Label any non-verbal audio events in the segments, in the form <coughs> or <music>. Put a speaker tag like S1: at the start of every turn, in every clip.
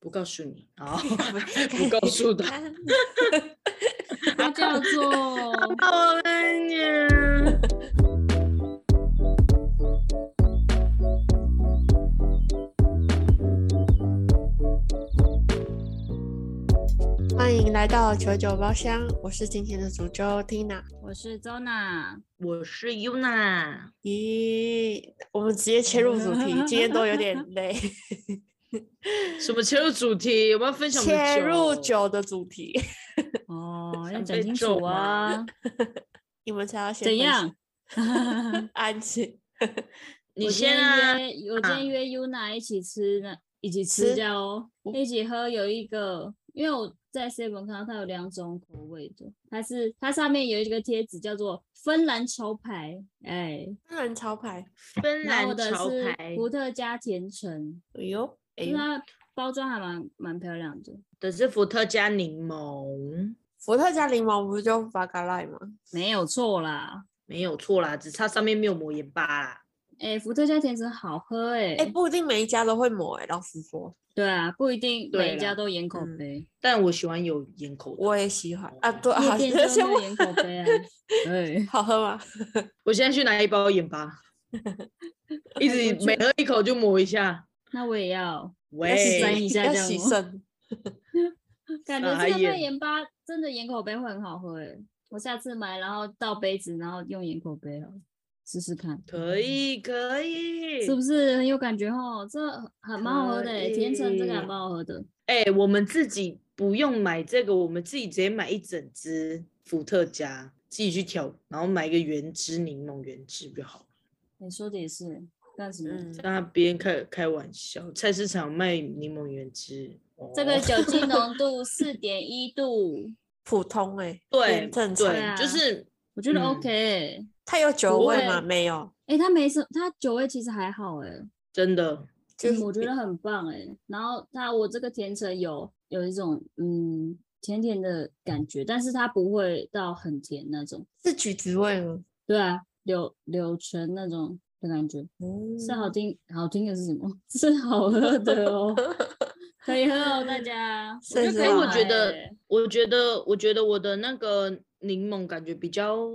S1: 不告诉你
S2: 哦
S1: <laughs> 啊，
S3: <laughs>
S1: 不告诉他。
S2: <laughs> 它叫
S1: <laughs>
S2: 做
S1: 我
S2: 啊
S1: 爱你。
S3: 欢迎来到九九包厢，我是今天的主角 Tina。
S2: 我是 Zona，
S1: 我是 Yuna，
S3: 咦，我们直接切入主
S2: <laughs>
S3: 题，今天都有点累。
S1: 什么切入主题？我们要分享我们的
S3: 切入
S1: 酒。
S3: 酒的主题，
S2: 哦，要
S1: 想
S2: 讲
S1: 被
S2: 清
S1: 咒
S2: 楚啊，
S3: 你们才要先
S2: 怎
S3: 分享
S2: 样？？ <laughs> 我
S3: 安静，
S1: 你
S2: 今
S1: 先
S2: 天
S1: 啊，
S2: 约我今
S1: 啊
S2: 天约 Yuna 一起吃呢，一起
S3: 吃
S2: 吃掉哦，
S3: 我
S2: 一起喝有一个，因为我在 Seven 看到它有两种口味的，它是它上面有一个贴纸叫做芬兰潮牌，哎，
S3: 当然超牌。
S1: 芬
S2: 然后我
S1: 兰
S2: 的
S1: 潮
S2: 是
S1: 牌
S2: 伏特加甜橙，
S3: 哎呦，哎
S2: 因
S3: 呦，
S2: 为它包装还蛮蛮漂亮的，
S1: 的是伏特加柠檬，
S3: 伏特加柠檬不是就法嘎赖吗？
S2: 没有错啦。
S1: 没有错啦，只差上面没有抹盐巴啦。
S2: 哎，伏特加甜橙好喝哎、
S3: 哎，不一定每一家都会抹哎，老实说，
S2: 对啊，不一定
S1: 对
S2: 每一
S1: 啦
S2: 家都盐口
S3: 嗯
S2: 杯，
S1: 但我喜欢有盐口的。
S3: 我也喜欢啊。对，
S2: 夜
S1: <laughs>
S3: 好，
S2: 店
S3: 先
S2: 就
S3: 先
S2: 会有
S3: 问
S2: 盐口杯啊。对， <laughs>
S3: 好喝吗？
S1: 我现在去拿一包盐巴，一
S2: 太
S1: 直
S2: 过去
S1: 每喝一口就抹一下。
S2: 那我也要，
S3: 要
S2: 洗
S1: 喂
S2: 身，
S3: 洗
S2: 一下
S3: 要
S2: 这样
S3: 洗
S2: 吗
S3: 肾。
S2: 感觉
S1: 傻
S2: 这个
S1: 眼
S2: 配盐巴真的盐口杯会很好喝哎、我下次买然后倒杯子，然后用盐口杯哦，试试看，
S1: 可以可以，
S2: 是不是很有感觉哦？这很蛮好喝的、欸，
S1: 可
S2: 甜橙这个还
S1: 以
S2: 蛮好喝的。
S1: 哎、我们自己不用买这个，我们自己直接买一整支伏特加，自己去调，然后买一个原汁柠檬原汁就好了。
S2: 你说的也是，干什么？
S3: 嗯
S1: 在，那边开开玩笑，菜市场卖柠檬原汁，
S2: 这个
S1: 哦
S2: 酒精浓
S1: <laughs>
S2: 度四点一度，
S3: 普通哎，
S1: 对
S3: 偏正常。
S1: 对，就
S2: 啊
S1: 是
S2: 我觉得
S1: 嗯
S2: OK 欸、
S3: 它有酒
S1: 不
S3: 味
S2: 会
S3: 吗？没有，
S2: 哎、它没什么，它酒味其实还好哎、
S1: 真的
S3: 就
S2: 嗯
S3: 是
S2: 我觉得很棒哎、然后它我这个甜橙有有一种嗯甜甜的感觉，但是它不会到很甜那种，
S3: 是橘子味吗？
S2: 对啊，柳柳橙那种的感觉
S1: 嗯
S2: 是
S3: 嗯
S2: 好听，好听的是什么？ <laughs> 是好喝的
S3: <laughs>
S2: 哦，可以喝哦，大家。我
S3: 甚
S2: 觉得
S3: 至
S2: 可以
S3: 我
S2: 买
S1: 觉得
S2: 欸
S1: 我觉得，我觉得我的那个柠檬感觉比较，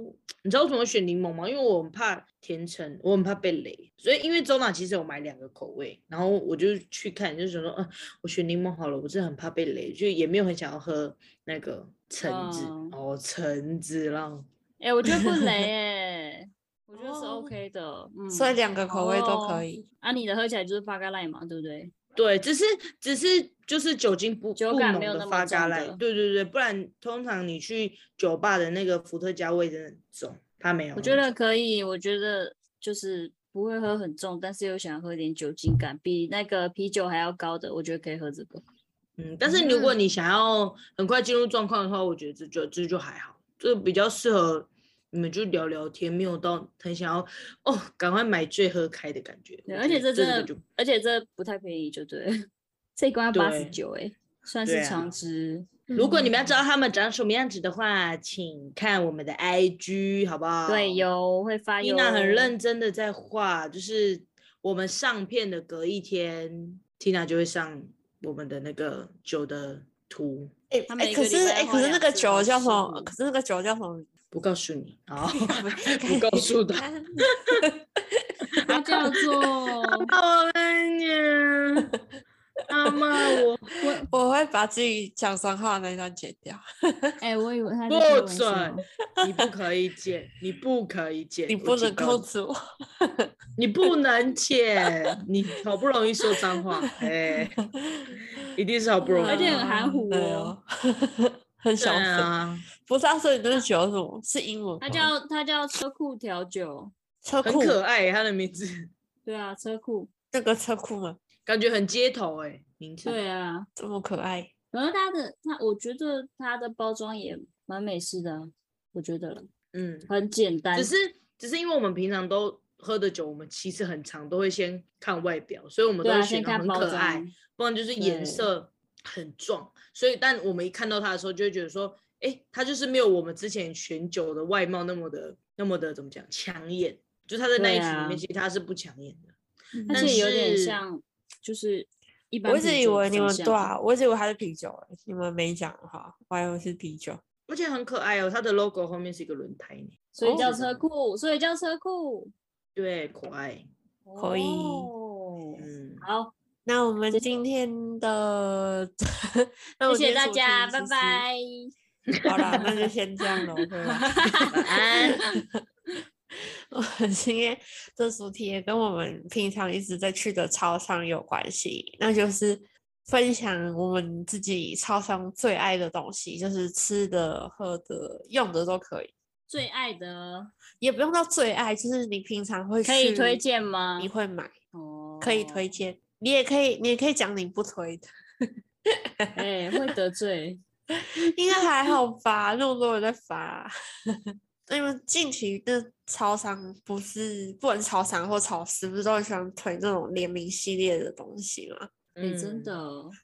S1: 你知道为什么会选柠檬吗？因为我很怕甜橙，我很怕被雷，所以因为周娜其实有买两个口味，然后我就去看，就想说，嗯、我选柠檬好了，我真的很怕被雷，就也没有很想要喝那个橙子，
S2: 嗯
S1: 哦，橙子啦，
S2: 哎、我觉得不
S3: <laughs>
S2: 雷哎、我觉得是
S3: 哦
S2: OK 的，嗯，
S3: 所以两个口味都可
S2: 哦
S3: 以。
S2: 啊，你的喝起来就是发咖赖嘛，对不对？
S1: 对，只是只是就是酒精不
S2: 酒
S1: 不
S2: 感
S1: 浓
S2: 没有
S1: 的
S2: 那么
S1: 发加
S2: 重
S1: 来，
S2: 的
S1: 对对对，不然通常你去酒吧的那个伏特加味真的很重，它没有那
S2: 我
S1: 么
S2: 觉
S1: 重，
S2: 得可以，我觉得就是不会喝很重，但是又想喝点酒精感，比那个啤酒还要高的，我觉得可以喝这个。
S1: 嗯，但是如果你想要很快进入状况的话，我觉得这就这就还好，这比较适合你们就聊聊天，没有到很想要哦，赶快买醉喝开的感觉。
S2: 对，
S1: 我
S2: 而且
S1: 觉得
S2: 这真
S1: 个
S2: 的，
S1: 就
S2: 而且这不太便宜，就对，这一罐要八十
S1: 对
S2: 九，哎，算
S1: 对
S2: 是
S1: 啊
S2: 长值。
S1: 如果你们要
S3: 嗯
S1: 知道他们长什么样子的话，请看我们的 IG 好不好？
S2: 对，有会发
S1: 伊
S2: 有。
S1: 娜很认真的在画，就是我们上片的隔一天，Tina 就会上我们的那个酒的图，
S3: 哎
S2: 他
S3: 哎、
S2: 每
S3: 可
S2: 个礼
S3: 是
S2: 拜
S3: 哎、
S2: 花
S3: 可是那
S2: 两
S3: 个
S2: 次
S3: 酒
S2: 到
S3: 叫什
S2: 十
S3: 么？
S2: 五
S3: 可是那个酒叫什么？
S1: <laughs> 不告诉你，好， <laughs> 不告诉他。
S2: 它
S1: <laughs>
S2: 叫做
S1: 我爱你，
S3: <laughs>
S1: 他骂我
S3: <laughs> 我会把自己讲脏话的那一段剪掉。
S2: 哎、我以为它
S1: 不
S2: 是贴文
S1: 准
S2: 什么
S1: 你不可以剪，你不可以剪，
S3: 你
S1: 我
S3: 不
S1: 警
S3: 能
S1: 告
S3: 控
S1: 你， <laughs>
S3: 制我，
S1: 你不能剪，你好不容易说脏话，哎，一定是好
S3: <laughs>
S1: 不容易，
S2: <laughs>
S1: 啊
S2: 而
S3: 嗯
S2: 且很含糊
S3: 对
S2: 哦
S3: 哦， <laughs> 很
S1: 对
S3: 小声。
S1: 啊，
S3: 不是啊，所以那个酒是什么？是英文吗？
S2: 它叫它叫车库调酒，
S3: 车
S1: 很
S3: 库，
S1: 可爱，他的名字
S2: 对啊，车库，
S3: 那个车库吗？
S1: 感觉很街头哎，名字
S2: 对啊，
S3: 这么可爱，
S2: 然后它的它，我觉得它的包装也蛮美式的啊，我觉得啦
S1: 嗯，
S2: 很简单
S1: 只。是只是因为我们平常都喝的酒，我们其实很常都会先看外表，所以我们
S2: 对
S1: 都会
S2: 啊，
S1: 选
S2: 先
S1: 到
S2: 看
S1: 很
S2: 包
S1: 可爱
S2: 装。，
S1: 不然就是颜
S2: 对
S1: 色很壮。所以，但我们一看到它的时候，就会觉得说，哎，它就是没有我们之前选酒的外貌那么的那么的怎么讲抢眼，就是它在那
S2: 对
S1: 一群里
S2: 啊
S1: 嗯面，其实它是不抢眼的。
S2: 而
S1: 但
S2: 且有点
S1: 是
S2: 像，就是一般
S3: 我一直
S2: 啤
S3: 以
S2: 酒
S3: 为你
S2: 走
S3: 们
S2: 向
S3: 对啊，我一直以为它是啤酒欸，你们没讲的话，我还以为是啤酒。
S1: 而且很可爱哦，它的 logo 后面是一个轮胎呢，
S2: 所以
S3: 哦
S2: 叫车库，所以叫车库，
S1: 对，可爱，
S3: 可以
S2: 哦
S1: 嗯，
S2: 好，
S3: 那我们今天的，那我
S2: 谢
S3: 今
S2: 谢
S3: 天
S2: 大
S3: 主题
S2: 家，
S3: 是
S2: 拜
S3: 十
S2: 拜。
S3: 好
S2: <laughs>
S3: 啦，那就先这样喽，各位。
S1: 晚安。
S3: <laughs> 我们今天这主题也跟我们平常一直在去的超商有关系，那就是分享我们自己超商最爱的东西，就是吃的、喝的、用的都可以，
S2: 最爱的
S3: 也不用到最爱，就是你平常会
S2: 可以推
S3: 去，
S2: 荐吗
S3: 你？会买，
S2: 哦
S3: 可以推，荐，你也可以，你也可以讲你不推的，
S2: 哎，会得
S3: <laughs>
S2: 罪。
S3: 应该还好吧？那么多人在发，啊 <laughs> 因为近期的超商不是，不管是超商或超市，不是都很喜欢推这种联名系列的东西吗？
S2: 哎，
S1: 嗯
S2: 真的，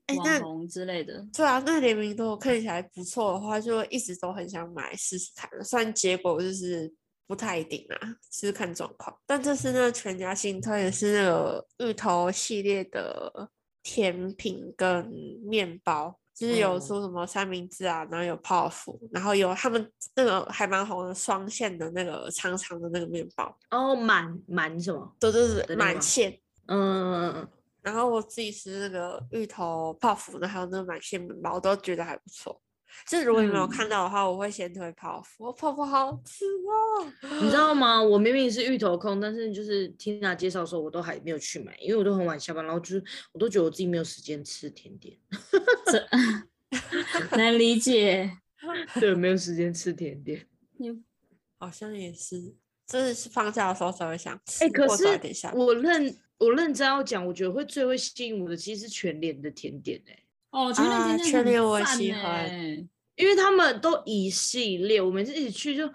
S3: 哎那
S2: 网红之类的，
S3: 对啊，那联名如果看起来不错的话，就会一直都很想买试试看。虽然结果就是不太一定啊，试试看状况。但这次呢，全家新推的是那个芋头系列的甜品跟面包，就是有
S1: 嗯
S3: 说什么三明治啊，然后有泡芙，然后有他们那个还蛮红的双馅的那个长长的那个面包，
S1: 哦，满满什么？
S3: 对对
S1: 的
S3: 对，
S1: 那
S3: 满
S1: 个
S3: 馅。
S1: 嗯，
S3: 然后我自己吃那个芋头泡芙的，还有那个满馅面包，我都觉得还不错。就是如果你没有看到的话，我会先推泡芙，泡芙好吃哦。
S1: 你知道吗？我明明是芋头控，但是就是 Tina 介绍的时候，我都还没有去买，因为我都很晚下班，然后就是我都觉得我自己没有时间吃甜点，
S2: 难理解。
S1: 对，没有时间吃甜点。
S3: 好像也是，真的是放假的时候才会想吃，
S1: 哎、可
S3: 或
S1: 是
S3: 早一点下班。
S1: 我认我认真要讲，我觉得会最会吸引我的其实是全联的甜点哎、
S2: 哦，全
S3: 啊
S2: 脸
S3: 全
S2: 全
S3: 脸我也喜欢
S1: 因为他们都一系列，我每次一起去就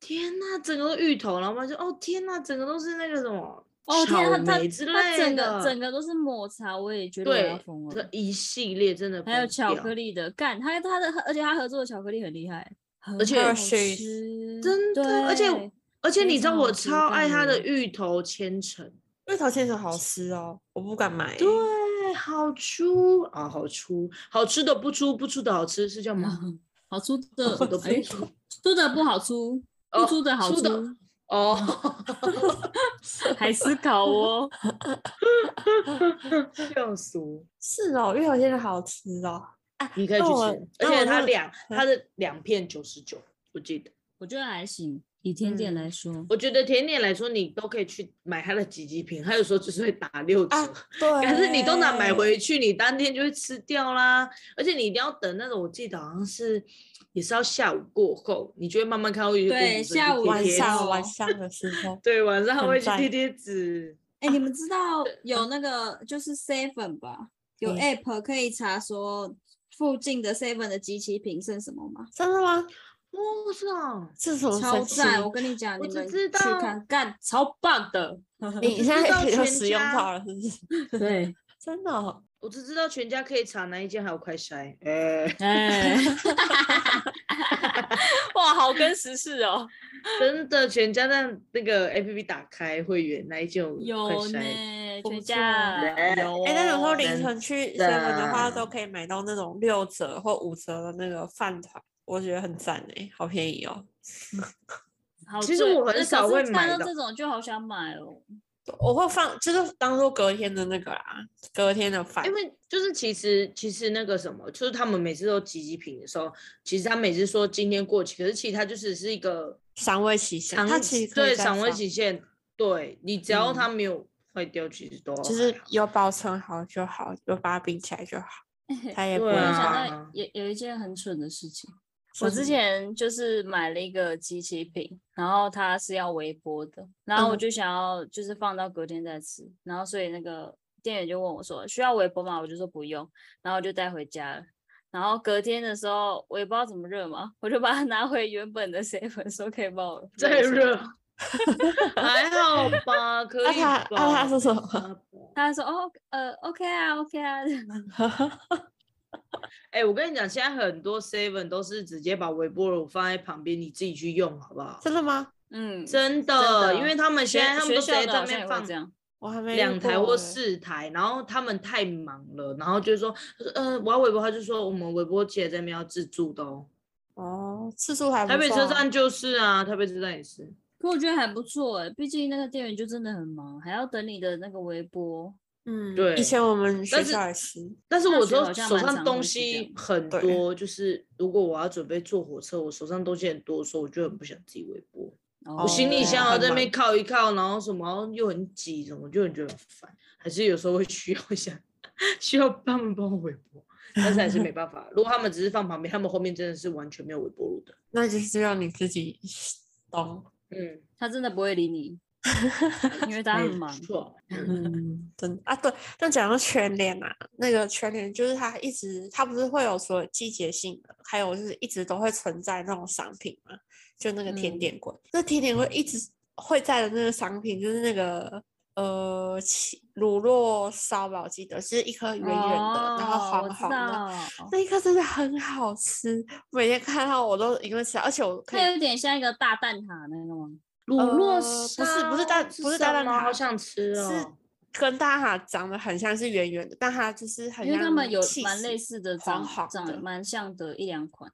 S1: 天呐，整个都芋头，然后妈就哦天呐，整个都是那个什么
S2: 哦天啊，
S1: 草
S2: 它
S1: 莓之
S2: 它
S1: 类
S2: 整个
S1: 的，
S2: 整个都是抹茶，我也觉得我要
S1: 对
S2: 疯，
S1: 这
S2: 了。
S1: 一系列真的
S2: 还有
S1: 疯
S2: 巧
S1: 掉
S2: 克力的，干它它的，而且它合作的巧克力很厉害，很
S1: 而且
S2: 好
S3: Hershey's
S2: 吃
S1: 真的而且
S2: 对
S1: 而且
S2: 非
S1: 你知道
S2: 常
S1: 我
S2: 好吃
S1: 超爱它的
S2: 对
S1: 芋头千层，
S3: 芋头馅饼好吃哦，我不敢买欸。
S1: 对，好出啊，好出，好吃的不出，不出的好吃是叫吗？
S2: <laughs> 好出的
S1: 好的哦不
S2: 哎
S1: 出
S2: 出的不好出，
S1: 哦
S2: 不出的好
S1: 出
S2: 出，
S1: 的
S2: <laughs>
S1: 哦，
S2: 还思考哦。 <laughs>
S1: 笑死我！
S3: 是哦，芋头馅饼好吃哦。
S1: 你可以去
S3: 那我
S1: 吃，而
S3: 那我
S1: 且它
S3: 那嗯
S1: 两它的两片九十九，我记得。
S2: 我觉得还行，以甜
S3: 嗯
S2: 点来说，
S1: 我觉得甜点来说，你都可以去买它的几级品，它有时候就是会打六折，
S3: 啊对，
S1: 可是你都拿买回去，你当天就会吃掉啦。而且你一定要等那种，我记得好像是也是要下午过后，你就会慢慢看到有些公
S2: 对
S1: 主生
S2: 下
S1: 去
S2: 午
S1: 贴
S3: 晚
S1: 贴
S3: 上
S1: 纸，
S3: 晚
S2: 哦
S3: 上的时候
S1: 对晚上还
S3: 很
S1: 会去
S3: 赞
S1: 贴贴纸。
S2: 哎、你们知道有那个就是 Seven 吧？有
S3: 嗯
S2: App 可以查说附近的 Seven 的集齐品剩什么吗？
S3: <laughs> 真的吗？
S1: 哦，是啊，
S3: 这是什么
S2: 超
S3: 神奇？
S2: 赞！我跟你讲，
S1: 我
S2: 你
S1: 只
S2: 们
S1: 知
S2: 去
S1: 道
S2: 看，干超棒的。
S3: 你
S1: 知
S3: 现在
S1: 道
S3: 也有
S1: 全
S3: 使用
S1: 家
S3: 到了，是不 <laughs> 是？
S2: <laughs> 对，
S3: 真的哦。
S1: 我只知道全家可以查哪一间还有快
S3: <laughs>
S1: 筛。哎、
S2: 哎， <laughs> 哇，好跟时事哦。
S1: 真的，全家让那个 A P P 打开会员哪一间有快
S2: <laughs> 有呢
S1: 筛？，
S3: 不
S2: 全
S3: 错
S2: 家
S1: 哎
S2: 有哦。
S3: 哎、那有时候凌
S1: 真
S3: 晨去 seven 的话，
S1: 的
S3: 都可以买到那种六折或五折的那个饭团，我觉得很赞哎、好便宜哦。
S2: 好
S1: 其实
S2: 醉
S1: 我很
S2: 可是
S1: 少会
S2: 看
S1: 买
S2: 到
S1: 的
S2: 这种就好想买哦。
S3: 我会放，就是当做隔天的那个啦，隔天的饭
S1: 因。为就是其实其实那个什么，就是他们每次都集集品的时候，其实他每次说今天过期，可是其实它就只是一个
S3: 赏味期限，
S1: 长
S3: 它其实可以
S1: 对
S3: 再
S1: 赏味
S3: 放
S1: 期限，对你只要
S3: 嗯
S1: 它没有坏掉，其实都
S3: 就是
S1: 还好
S3: 有保存好就好，有把它冰起来
S1: <laughs>
S3: 就好，它也不
S1: 对
S3: 会
S2: 我
S1: 啊
S2: 想
S3: 坏。
S2: 到有有一件很蠢的事情，
S3: 说
S2: 我
S3: 什
S2: 之
S3: 么
S2: 前就是买了一个机器品，然后它是要微波的，然后我
S3: 嗯
S2: 就想要就是放到隔天再吃，然后所以那个店员就问我说需要微波吗？我就说不用，然后我就带回家了。然后隔天的时候，我也不知道怎么热嘛，我就把它拿回原本的 seven 说可以帮我
S1: 再
S2: 一下
S1: 热，
S3: <laughs>
S1: 还好吧，可以
S3: 那他
S1: 吧？
S3: 那他啊说什么
S1: 还好吧
S2: 他说哦呃 OK 啊 OK 啊， <laughs>
S1: 哎、我跟你讲，现在很多 Seven 都是直接把微波炉放在旁边，你自己去用，好不好？
S3: 真的吗？
S2: 嗯，
S1: 真的，
S2: 的
S1: 因为他们
S2: 学
S1: 现在他们
S2: 学
S1: 都直
S2: 校
S1: 接在
S2: 的
S1: 那
S2: 好像
S1: 边
S2: 也会
S1: 放
S2: 这，样，
S3: 我还没
S1: 两
S3: 遇
S1: 台或
S3: 过欸
S1: 四台，然后他们太忙了，然后就说，呃，我要微波，他就说我们微波姐这边要自助的哦。
S3: 哦，次数还不
S1: 台北车
S3: 错啊
S1: 站就是啊，台北车站也是。
S2: 可我觉得还不错哎、毕竟那个店员就真的很忙，还要等你的那个微波。
S3: 嗯，
S1: 对
S3: 以前我们学
S1: 但是
S3: 校也是，
S1: 但是
S2: 大
S1: 我
S2: 学
S1: 说
S2: 好像
S1: 手
S2: 蛮
S1: 上
S2: 常
S1: 东
S2: 会是这
S1: 西
S2: 样
S1: 很
S3: 对
S1: 多，就是如果我要准备坐火车，我手上东西很多的时候，我就很不想自己微波。
S2: 我
S1: 我行李
S3: 哦
S1: 箱
S2: 啊
S3: 很
S1: 要在那
S3: 忙
S1: 边靠一靠，然后什么然后又很挤，什么就很觉得很烦，还是有时候会需要一下， <laughs> 需要他们帮我微波，但是还是没办法。如果他们只是放旁边，他们后面真的是完全没有微波炉的。
S3: 那就是要你自己懂。
S1: 嗯，
S2: 他真的不会理你，因为他很忙
S1: 没。错，
S3: 嗯， <laughs> 真的啊，对。但讲到全联啊，那个全联就是它一直，它不是会有所有季节性的，还有就是一直都会存在那种商品嘛，就那个甜
S2: 嗯
S3: 点柜，那甜点柜一直会在的那个商品就是那个呃起乳酪烧吧，我记得是一颗圆圆的，然后
S2: 哦我
S3: 黄
S2: 知
S3: 黄的，
S2: 道
S3: 那一颗真的很好吃，每天看到我都因为吃到，而且我可以
S2: 它有点像一个大蛋挞那个吗？
S1: 乳
S3: 呃
S1: 酪
S3: 不是不是
S1: 烧
S3: 蛋不是
S1: 什
S3: 蛋蛋
S1: 么
S3: 挞
S1: 好想吃
S3: 是
S1: 哦。
S3: 跟大哈长得很像，是圆圆的，但它就是很
S2: 因为他们有蛮类
S3: 类似。
S2: 似的
S3: 黄
S2: 长，
S3: 黄的
S2: 长蛮像的一两款，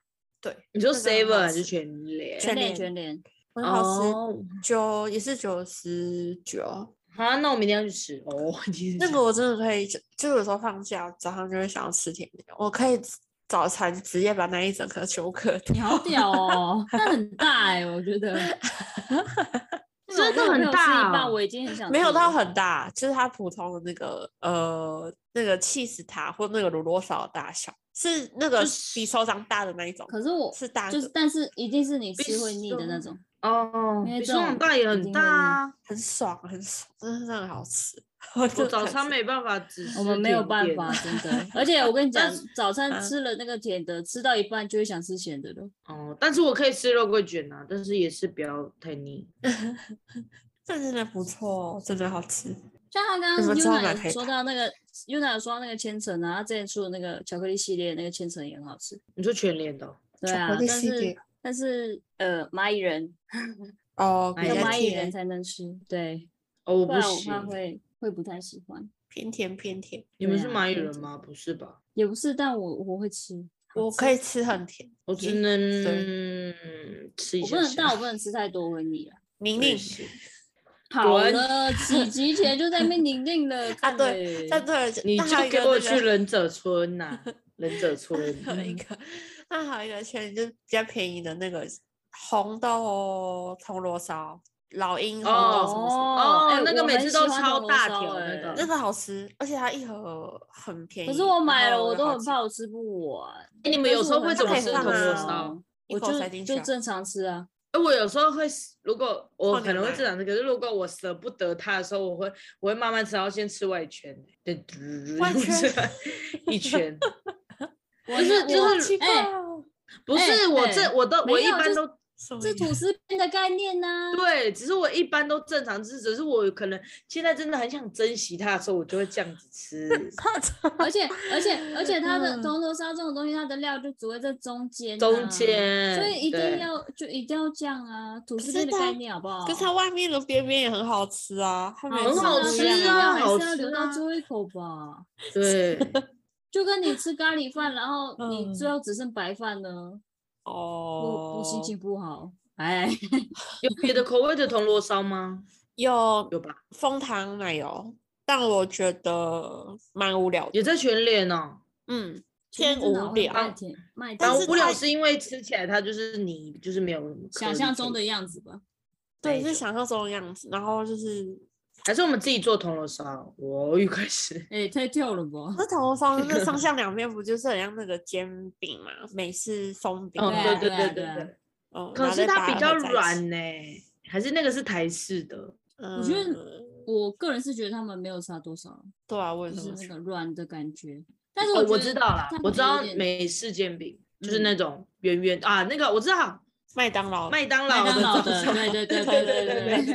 S1: 你说
S3: 那个
S1: seven 还
S3: 很好
S1: 是
S3: 吃
S1: 全脸？
S3: 全
S2: 联
S3: 联 <laughs>
S2: 全联，
S3: 很好吃，
S1: 哦
S3: 九也是九十九。
S1: 好啊，那我明天要去吃哦。你是
S3: 那
S1: 这
S3: 个
S1: 样
S3: 我真的可以，就就有时候放假早上就会想要吃甜点，我可以早餐直接把那一整颗全部嗑掉。
S2: 你好屌哦，那很大哎、我
S3: <laughs>
S2: 觉得那种
S1: 真的
S2: 我
S1: 很
S2: 没有吃
S1: 大
S2: 一半
S1: 哦
S2: 我已经很想
S3: 没有
S2: 吐
S3: 到
S2: 了
S3: 很大，就是它普通的那个呃那个 cheese 塔或那个乳酪勺的大小，是那个比手掌大的那一种，
S2: 可是我
S3: 是大
S2: 就
S3: 的，
S2: 是，但是一定是你吃会腻的那
S1: 松
S2: 种。
S1: 哦，
S2: 因为
S1: 比
S2: 这
S1: 双
S2: 种
S1: 网大也
S2: 一
S1: 很
S2: 定
S1: 大
S2: 会腻
S1: 啊。
S3: 很爽很爽，真的是很好吃。
S1: 我
S3: 我
S1: 早餐没办法只吃
S2: 我们没有
S1: 甜
S2: 办
S1: 点啊
S2: 法，真的。而且我跟你讲
S1: 但是，
S2: 早餐
S3: 啊
S2: 吃了那个甜的，吃到一半就会想吃咸的了。
S1: 哦，但是我可以吃肉桂卷啊，但是也是不要太腻。
S3: 这真的不错哦，真的好吃。
S2: 像他
S3: 你
S2: 刚刚
S3: 们知道哪
S2: Yuna
S3: 可
S2: 有
S3: 以
S2: 说到那个 Yuna 有说到那个千层啊，他之前出的那个巧克力系列那个千层也很好吃。
S1: 你说全脸的哦、
S2: 对
S3: 巧
S2: 啊
S3: 克，力
S2: 但
S3: 系列
S2: 是但是呃，蚂蚁人
S3: 哦，比
S1: 哎
S2: 有
S1: 呀
S3: 较
S2: 蚂蚁人
S3: 甜，
S2: 才能吃，对，
S1: 哦，我
S2: 不
S1: 不
S2: 然我怕
S1: 行。
S2: 会会不太喜欢。
S3: 偏甜偏甜。
S1: 你们
S2: 对
S1: 是
S2: 啊
S1: 蚂蚁
S2: 偏
S1: 人
S2: 甜
S1: 吗？不是吧？
S2: 也不是，但我我会吃，好
S3: 我
S2: 吃
S3: 可以吃很甜，
S1: 我只
S3: 也
S1: 能吃一
S2: 我
S1: 下
S2: 不能，但
S1: 下。
S2: 我不能吃太多，我会腻了。
S3: 宁
S1: 我也
S3: 宁
S1: 是
S2: 好
S1: 然
S2: 了，几集前就在那边 <laughs> 宁静了
S3: 啊，
S2: 看
S3: 对，
S2: 嘞
S3: 但对，
S1: 你
S3: 那
S1: 就
S3: 还有一
S1: 给
S3: 个
S1: 我
S3: 那
S1: 去嗯
S3: 个
S1: 忍者村呐、忍者
S3: <laughs> 还有一
S1: 村。
S3: 个，那还有一个圈就是比较便宜的那个红豆铜锣烧，老鹰红豆什么什么，
S1: 哦
S2: 哎
S1: 那个
S2: 我
S1: 每
S2: 很
S1: 次
S2: 喜
S1: 都
S2: 欢
S1: 超
S2: 铜锣
S1: 大
S2: 烧
S1: 条那
S2: 哎
S1: 个
S3: 那个好吃，而且它一盒很便宜。
S2: 可是我买
S3: 然
S2: 了，
S3: 后
S2: 我
S3: 又
S2: 都
S3: 好
S2: 很
S3: 吃
S2: 怕我吃不完。
S1: 哎、你们
S2: 但
S1: 有
S2: 是
S1: 时候
S2: 我
S1: 会
S2: 很
S1: 怎
S3: 怕
S1: 么
S3: 可
S2: 爱
S3: 以
S1: 吃
S2: 吃
S1: 铜
S3: 放
S1: 锣
S3: 啊
S1: 烧？
S3: 一
S2: 我
S3: 口塞
S2: 就
S3: 进
S2: 就
S3: 去啊
S2: 正常吃啊。
S1: 哎，我有时候会是，如果我
S3: 放
S1: 可
S3: 牛
S1: 能会
S3: 奶
S1: 这样子，可是如果我舍不得它的时候，我会我会慢慢吃，然后先吃外圈，对，嘟
S3: 外
S1: 我
S3: 圈
S1: 吃
S3: <laughs>
S1: 完一圈，
S2: 我
S1: 就是就
S2: 我
S1: 是
S3: 奇怪
S2: 哎
S3: 哦
S1: 不
S2: 哎
S1: 是我这
S2: 哎
S1: 我都
S2: 没
S1: 我一
S2: 有就
S1: 般
S2: 是
S1: 都
S3: 什么
S2: 这
S3: 意思
S2: 吐司边的概念呢、
S1: <laughs> 对，只是我一般都正常吃，只是我可能现在真的很想珍惜它的时候，我就会这样子
S3: <laughs>
S1: 吃
S2: 而且而且而且它的
S3: 嗯
S2: 铜锣烧这种东西，它的料就只会在中间、
S1: 中，间，
S2: 所以一
S1: 对
S2: 定要就一定要这样啊，吐
S3: 是
S2: 司边的
S3: 它
S2: 概念好不好？
S3: 可是它外面的边边也很好吃啊，它每
S1: 很
S3: 次
S1: 好
S3: 都一
S1: 吃
S3: 样
S2: 但是
S1: 啊
S2: 料还
S1: 好
S2: 是要留
S1: 吃
S2: 到
S1: 啊
S2: 最后一口吧。
S1: 对，
S2: 就跟你吃咖喱饭，然后你最
S3: 嗯
S2: 后只剩白饭呢，不
S3: 哦
S2: 不，心情不好，哎， <laughs>
S1: 有别的口味的铜锣烧吗？
S3: 有
S1: 有吧，
S3: 枫糖奶油，但我觉得蛮无聊的。
S1: 也在全脸哦。
S3: 嗯，
S2: 其实
S3: 偏
S2: 真的
S3: 无
S2: 好像
S3: 聊
S2: 麦田麦
S3: 但
S1: 然后
S2: 田
S3: 是
S1: 无聊
S3: 它
S1: 是因为吃起来它就是泥，就是没有什么颗
S2: 想
S1: 粒
S2: 象
S1: 可
S2: 中的
S1: 以
S2: 样子吧。
S1: 那
S3: 对，
S1: 一
S3: 是
S1: 种
S3: 想象中的样子。然后就是，
S1: 还是我们自己做铜锣烧，我又开始。
S2: <laughs> 哎、太跳了吧？ <laughs>
S3: 那铜锣烧那上下两边不就是很像那个煎饼嘛，美式松饼
S1: 哦，
S3: 那
S1: 对
S3: 样？
S2: 啊
S1: 对
S2: 对啊
S1: 对
S2: 对啊
S1: 对。
S3: 嗯，然
S1: 可
S3: 后
S1: 是
S3: 再
S1: 它
S3: 把
S1: 比较
S3: 合在一起。
S1: 软呢，还是那个是台式的？
S3: 我
S2: 觉得我个人是觉得他们没有差多少，
S3: 嗯对啊，我也
S2: 就
S3: 这
S2: 是
S3: 么
S2: 那
S3: 觉
S2: 个
S3: 得。
S2: 软的感觉。但是
S1: 哦，
S2: 我
S1: 我
S2: 觉
S1: 知
S2: 得
S1: 道啦
S2: 他，
S1: 我
S2: 们
S1: 知
S2: 有
S1: 道
S2: 点嗯
S1: 美式煎饼就是那种圆圆啊，那个我知道，
S3: 麦当劳，
S1: 麦当
S2: 哦麦
S1: 劳
S2: 当
S1: 的
S2: 劳
S1: 铜
S2: 的，
S1: 锣烧
S3: 对
S2: 对对对 对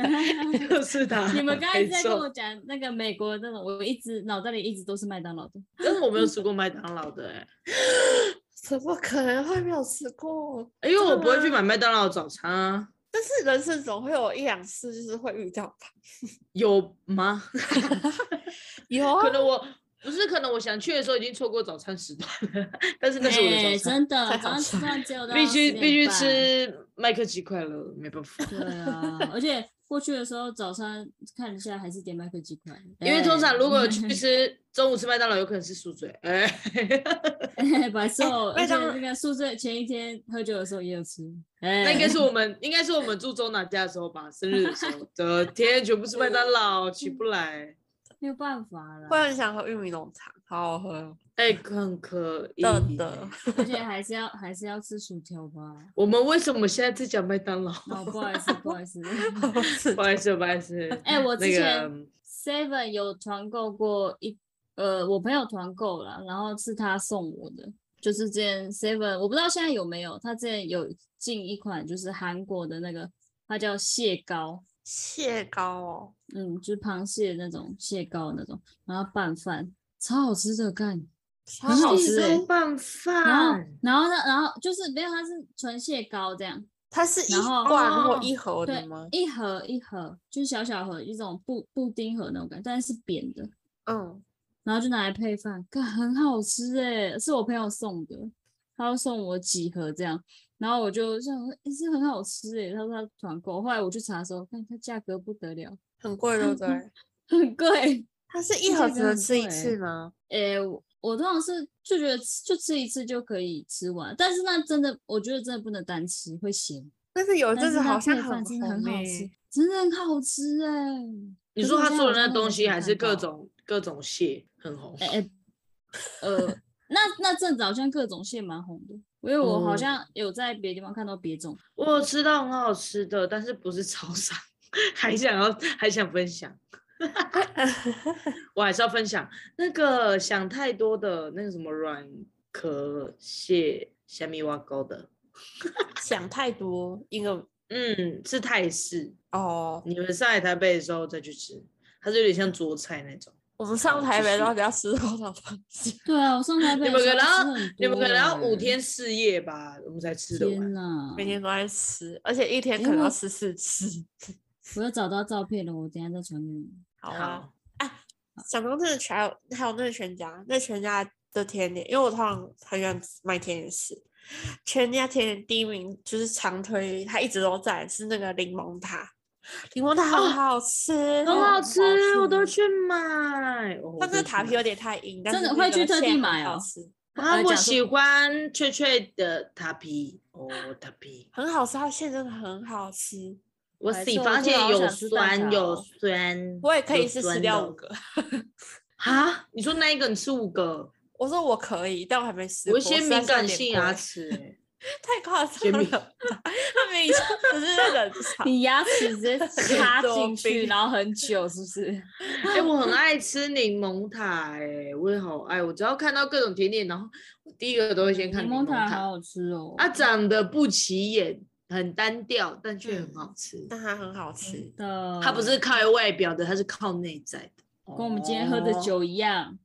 S1: <laughs> 对
S2: 对
S1: <laughs>
S2: 对。
S1: 就是它。
S2: 你们刚才
S1: 没
S2: 一直在跟
S1: 错
S2: 我讲那个美国那种，我一直脑袋里一直都是麦当劳的。
S1: 但是我没有吃过麦当劳的哎、
S3: 怎么可能会没有吃过？
S1: 因为
S3: 真的
S1: 哎我不会去
S3: 吗
S1: 买麦当劳的早餐啊。
S3: 但是人生总会有一两次就是会遇到吧？
S1: 有吗？
S3: 有啊
S1: 可，能
S2: 哦
S1: 我不是，可能我想去的时候已经错过早餐时段了，但是那是我的
S2: 哎
S1: 早餐，
S2: 真的
S3: 太，
S2: 早
S3: 好
S2: 上吃饭只有到
S1: 必须
S2: 10
S1: 必须
S2: 点半。
S1: 吃麦克鸡块了，没办
S2: <laughs>
S1: 法。
S2: 对啊，而且过去的时候早上看一下还是点麦克鸡块，
S1: 因为通常如果有
S2: 去
S1: 去吃中午吃麦当劳，有可能是宿醉。哎、
S2: <laughs> 白瘦，
S3: 麦
S2: 而且
S3: 当劳
S2: 那个宿醉前一天喝酒的时候也有吃，哎，
S1: 那应该是我们，应该是我们住周娜家的时候吧，生日的时候。的天，全部是麦当劳，起不来。
S2: 没有办法了，
S3: 会很想喝玉米浓汤，好好喝哦。
S1: 哎、很可以。
S3: 真的，
S2: 而且还是要还是要吃薯条吧。
S1: 我们为什么现在在讲麦当劳？ <laughs>
S2: 哦，不好意思，不好意思。
S3: 好吃 <laughs>
S1: 不好意思，不好意思。
S2: 哎、我之
S1: 那
S2: 前
S1: 个
S2: Seven 有团购过一，呃，我朋友团购了，然后是他送我的，就是之前 Seven 我不知道现在有没有，他之前有进一款就是韩国的那个，它叫蟹膏，
S3: 蟹膏哦，
S2: 嗯，就是螃蟹那种蟹膏那种，然后拌饭，超好吃的干。
S3: 超
S2: 很好
S1: 地
S2: 吃欸
S1: 中拌
S2: 然后
S1: 饭，
S2: 然后呢，然后就是没有，它是纯蟹膏这样，
S3: 它是一
S2: 然后
S3: 罐或
S1: 哦
S3: 一盒
S2: 对
S3: 的吗，？
S2: 一盒一盒，就是小小盒，一种布布丁盒那种感觉，但是扁的，
S3: 嗯，
S2: 然后就拿来配饭，看很好吃哎，是我朋友送的，他要送我几盒这样，然后我就想说，诶是很好吃哎，他说他团购，后来我去查的时候，看它价格不得了，
S3: 很贵，对不对？
S2: 很贵，
S3: 它是
S2: 这
S3: 一盒
S2: 个
S3: 只能
S2: 很
S3: 吃一
S2: 贵
S3: 次吗？
S2: 诶，我我通常是就觉得吃就吃一次就可以吃完，但是那真的，我觉得真的不能单吃，会咸。
S3: 但是有一
S2: 但
S3: 阵
S2: 是
S3: 子
S2: 它
S3: 好像
S2: 配饭哦真的很
S3: 红
S2: 好
S3: 欸
S2: 吃，真的很好吃哎、
S1: 你
S2: 可是
S1: 说
S2: 我
S1: 他
S2: 现在
S1: 做
S2: 好
S1: 的那
S2: 像没
S1: 东
S2: 什
S1: 西
S2: 么
S1: 还是
S2: 看
S1: 各
S2: 到
S1: 种各种蟹很红？
S2: 哎、哎呃，那那阵子好像各种蟹蛮红的，因为我好
S1: 哦
S2: 像有在别的地方看到别种，
S1: 我有吃到很好吃的，但是不是超商， <laughs> 还想要还想分
S2: <laughs>
S1: 享，我还是要分享那个想太多的那个什么软壳蟹虾米蛙糕的，
S3: 想太多，一个
S1: 嗯，是泰式，
S3: 哦，
S1: 你们上来台北的时候再去吃，它是有点像桌菜那种。
S3: 我们上
S1: 好
S3: 台
S1: 继
S3: 北
S1: 续
S3: 到底要吃多少东西？
S2: 对啊，我上台北
S1: 你
S2: 的
S1: 们
S2: 时
S1: 可能
S2: 候
S1: 要
S2: 吃很
S1: 你们可能要
S2: 多
S1: 五
S2: 欸，
S1: 天四夜吧，我们才吃得
S2: 天
S1: 完。
S2: 哪！
S3: 每天都在吃，而且一天可
S2: 因
S3: 能要
S2: 为
S3: 吃四次。
S2: 我又找到照片了，我等一下再传给你。
S3: 好啊，
S1: 好，
S3: 想到那个全还有还有那个全家，那全家的甜点，因为我通常很喜欢吃买甜点吃。全家甜点第一名就是常推，它一直都在是那个柠檬塔，柠檬塔
S1: 哦
S3: 很好吃，
S1: 很好吃
S2: 吃，
S1: 我都
S2: 吗
S1: 去买。哦我
S3: 但
S1: 都
S3: 是
S1: 去
S3: 塔皮
S1: 买
S3: 有点太硬，但
S2: 真
S3: 是
S2: 的
S3: 那
S2: 会去
S3: 个
S2: 特
S3: 蟹
S2: 地
S3: 很
S2: 买
S3: 好
S2: 哦
S3: 吃
S1: 啊，我
S2: 呃讲说
S1: 喜欢脆脆的塔皮哦，塔皮，
S3: 很好吃，它蟹真的很好吃。
S1: 我
S2: 白
S1: 喜
S2: 色
S1: 欢，而
S2: 我真的
S1: 且
S2: 好
S1: 有
S2: 想吃蛋
S1: 酸有
S2: 挞哦
S1: 酸，
S3: 我也可以
S1: 有
S3: 是吃
S1: 酸
S3: 掉
S1: 的
S3: 五个，
S1: 啊！你说那一个你吃五个，
S3: 我说我可以，但我还没
S1: 我
S3: 吃过。
S1: 一些
S3: 实在
S1: 敏
S3: 是有
S1: 感
S3: 点
S1: 性
S3: 贵
S1: 牙齿欸，
S3: 太夸
S1: 先
S3: 张
S1: 敏
S3: 了吧，他明明就只是那个草
S2: 你牙齿直 <laughs> 接插
S3: 多
S2: 进去，
S3: 冰
S2: 然后很久，是不 <laughs> 是？
S1: 哎，我很爱吃柠檬塔，哎，我也好爱，我只要看到各种甜点，然后我第一个都会先看
S2: 嗯柠
S1: 檬
S2: 檬塔好
S1: 塔，
S2: 好吃哦。
S1: 它长得不起眼，很单调，但却很
S3: 嗯
S1: 好吃。
S3: 但它很好吃
S2: 真。的，
S1: 它不是靠外表的，它是靠内在的，
S2: 跟我们今天喝的
S1: 哦
S2: 酒一样。
S1: 哦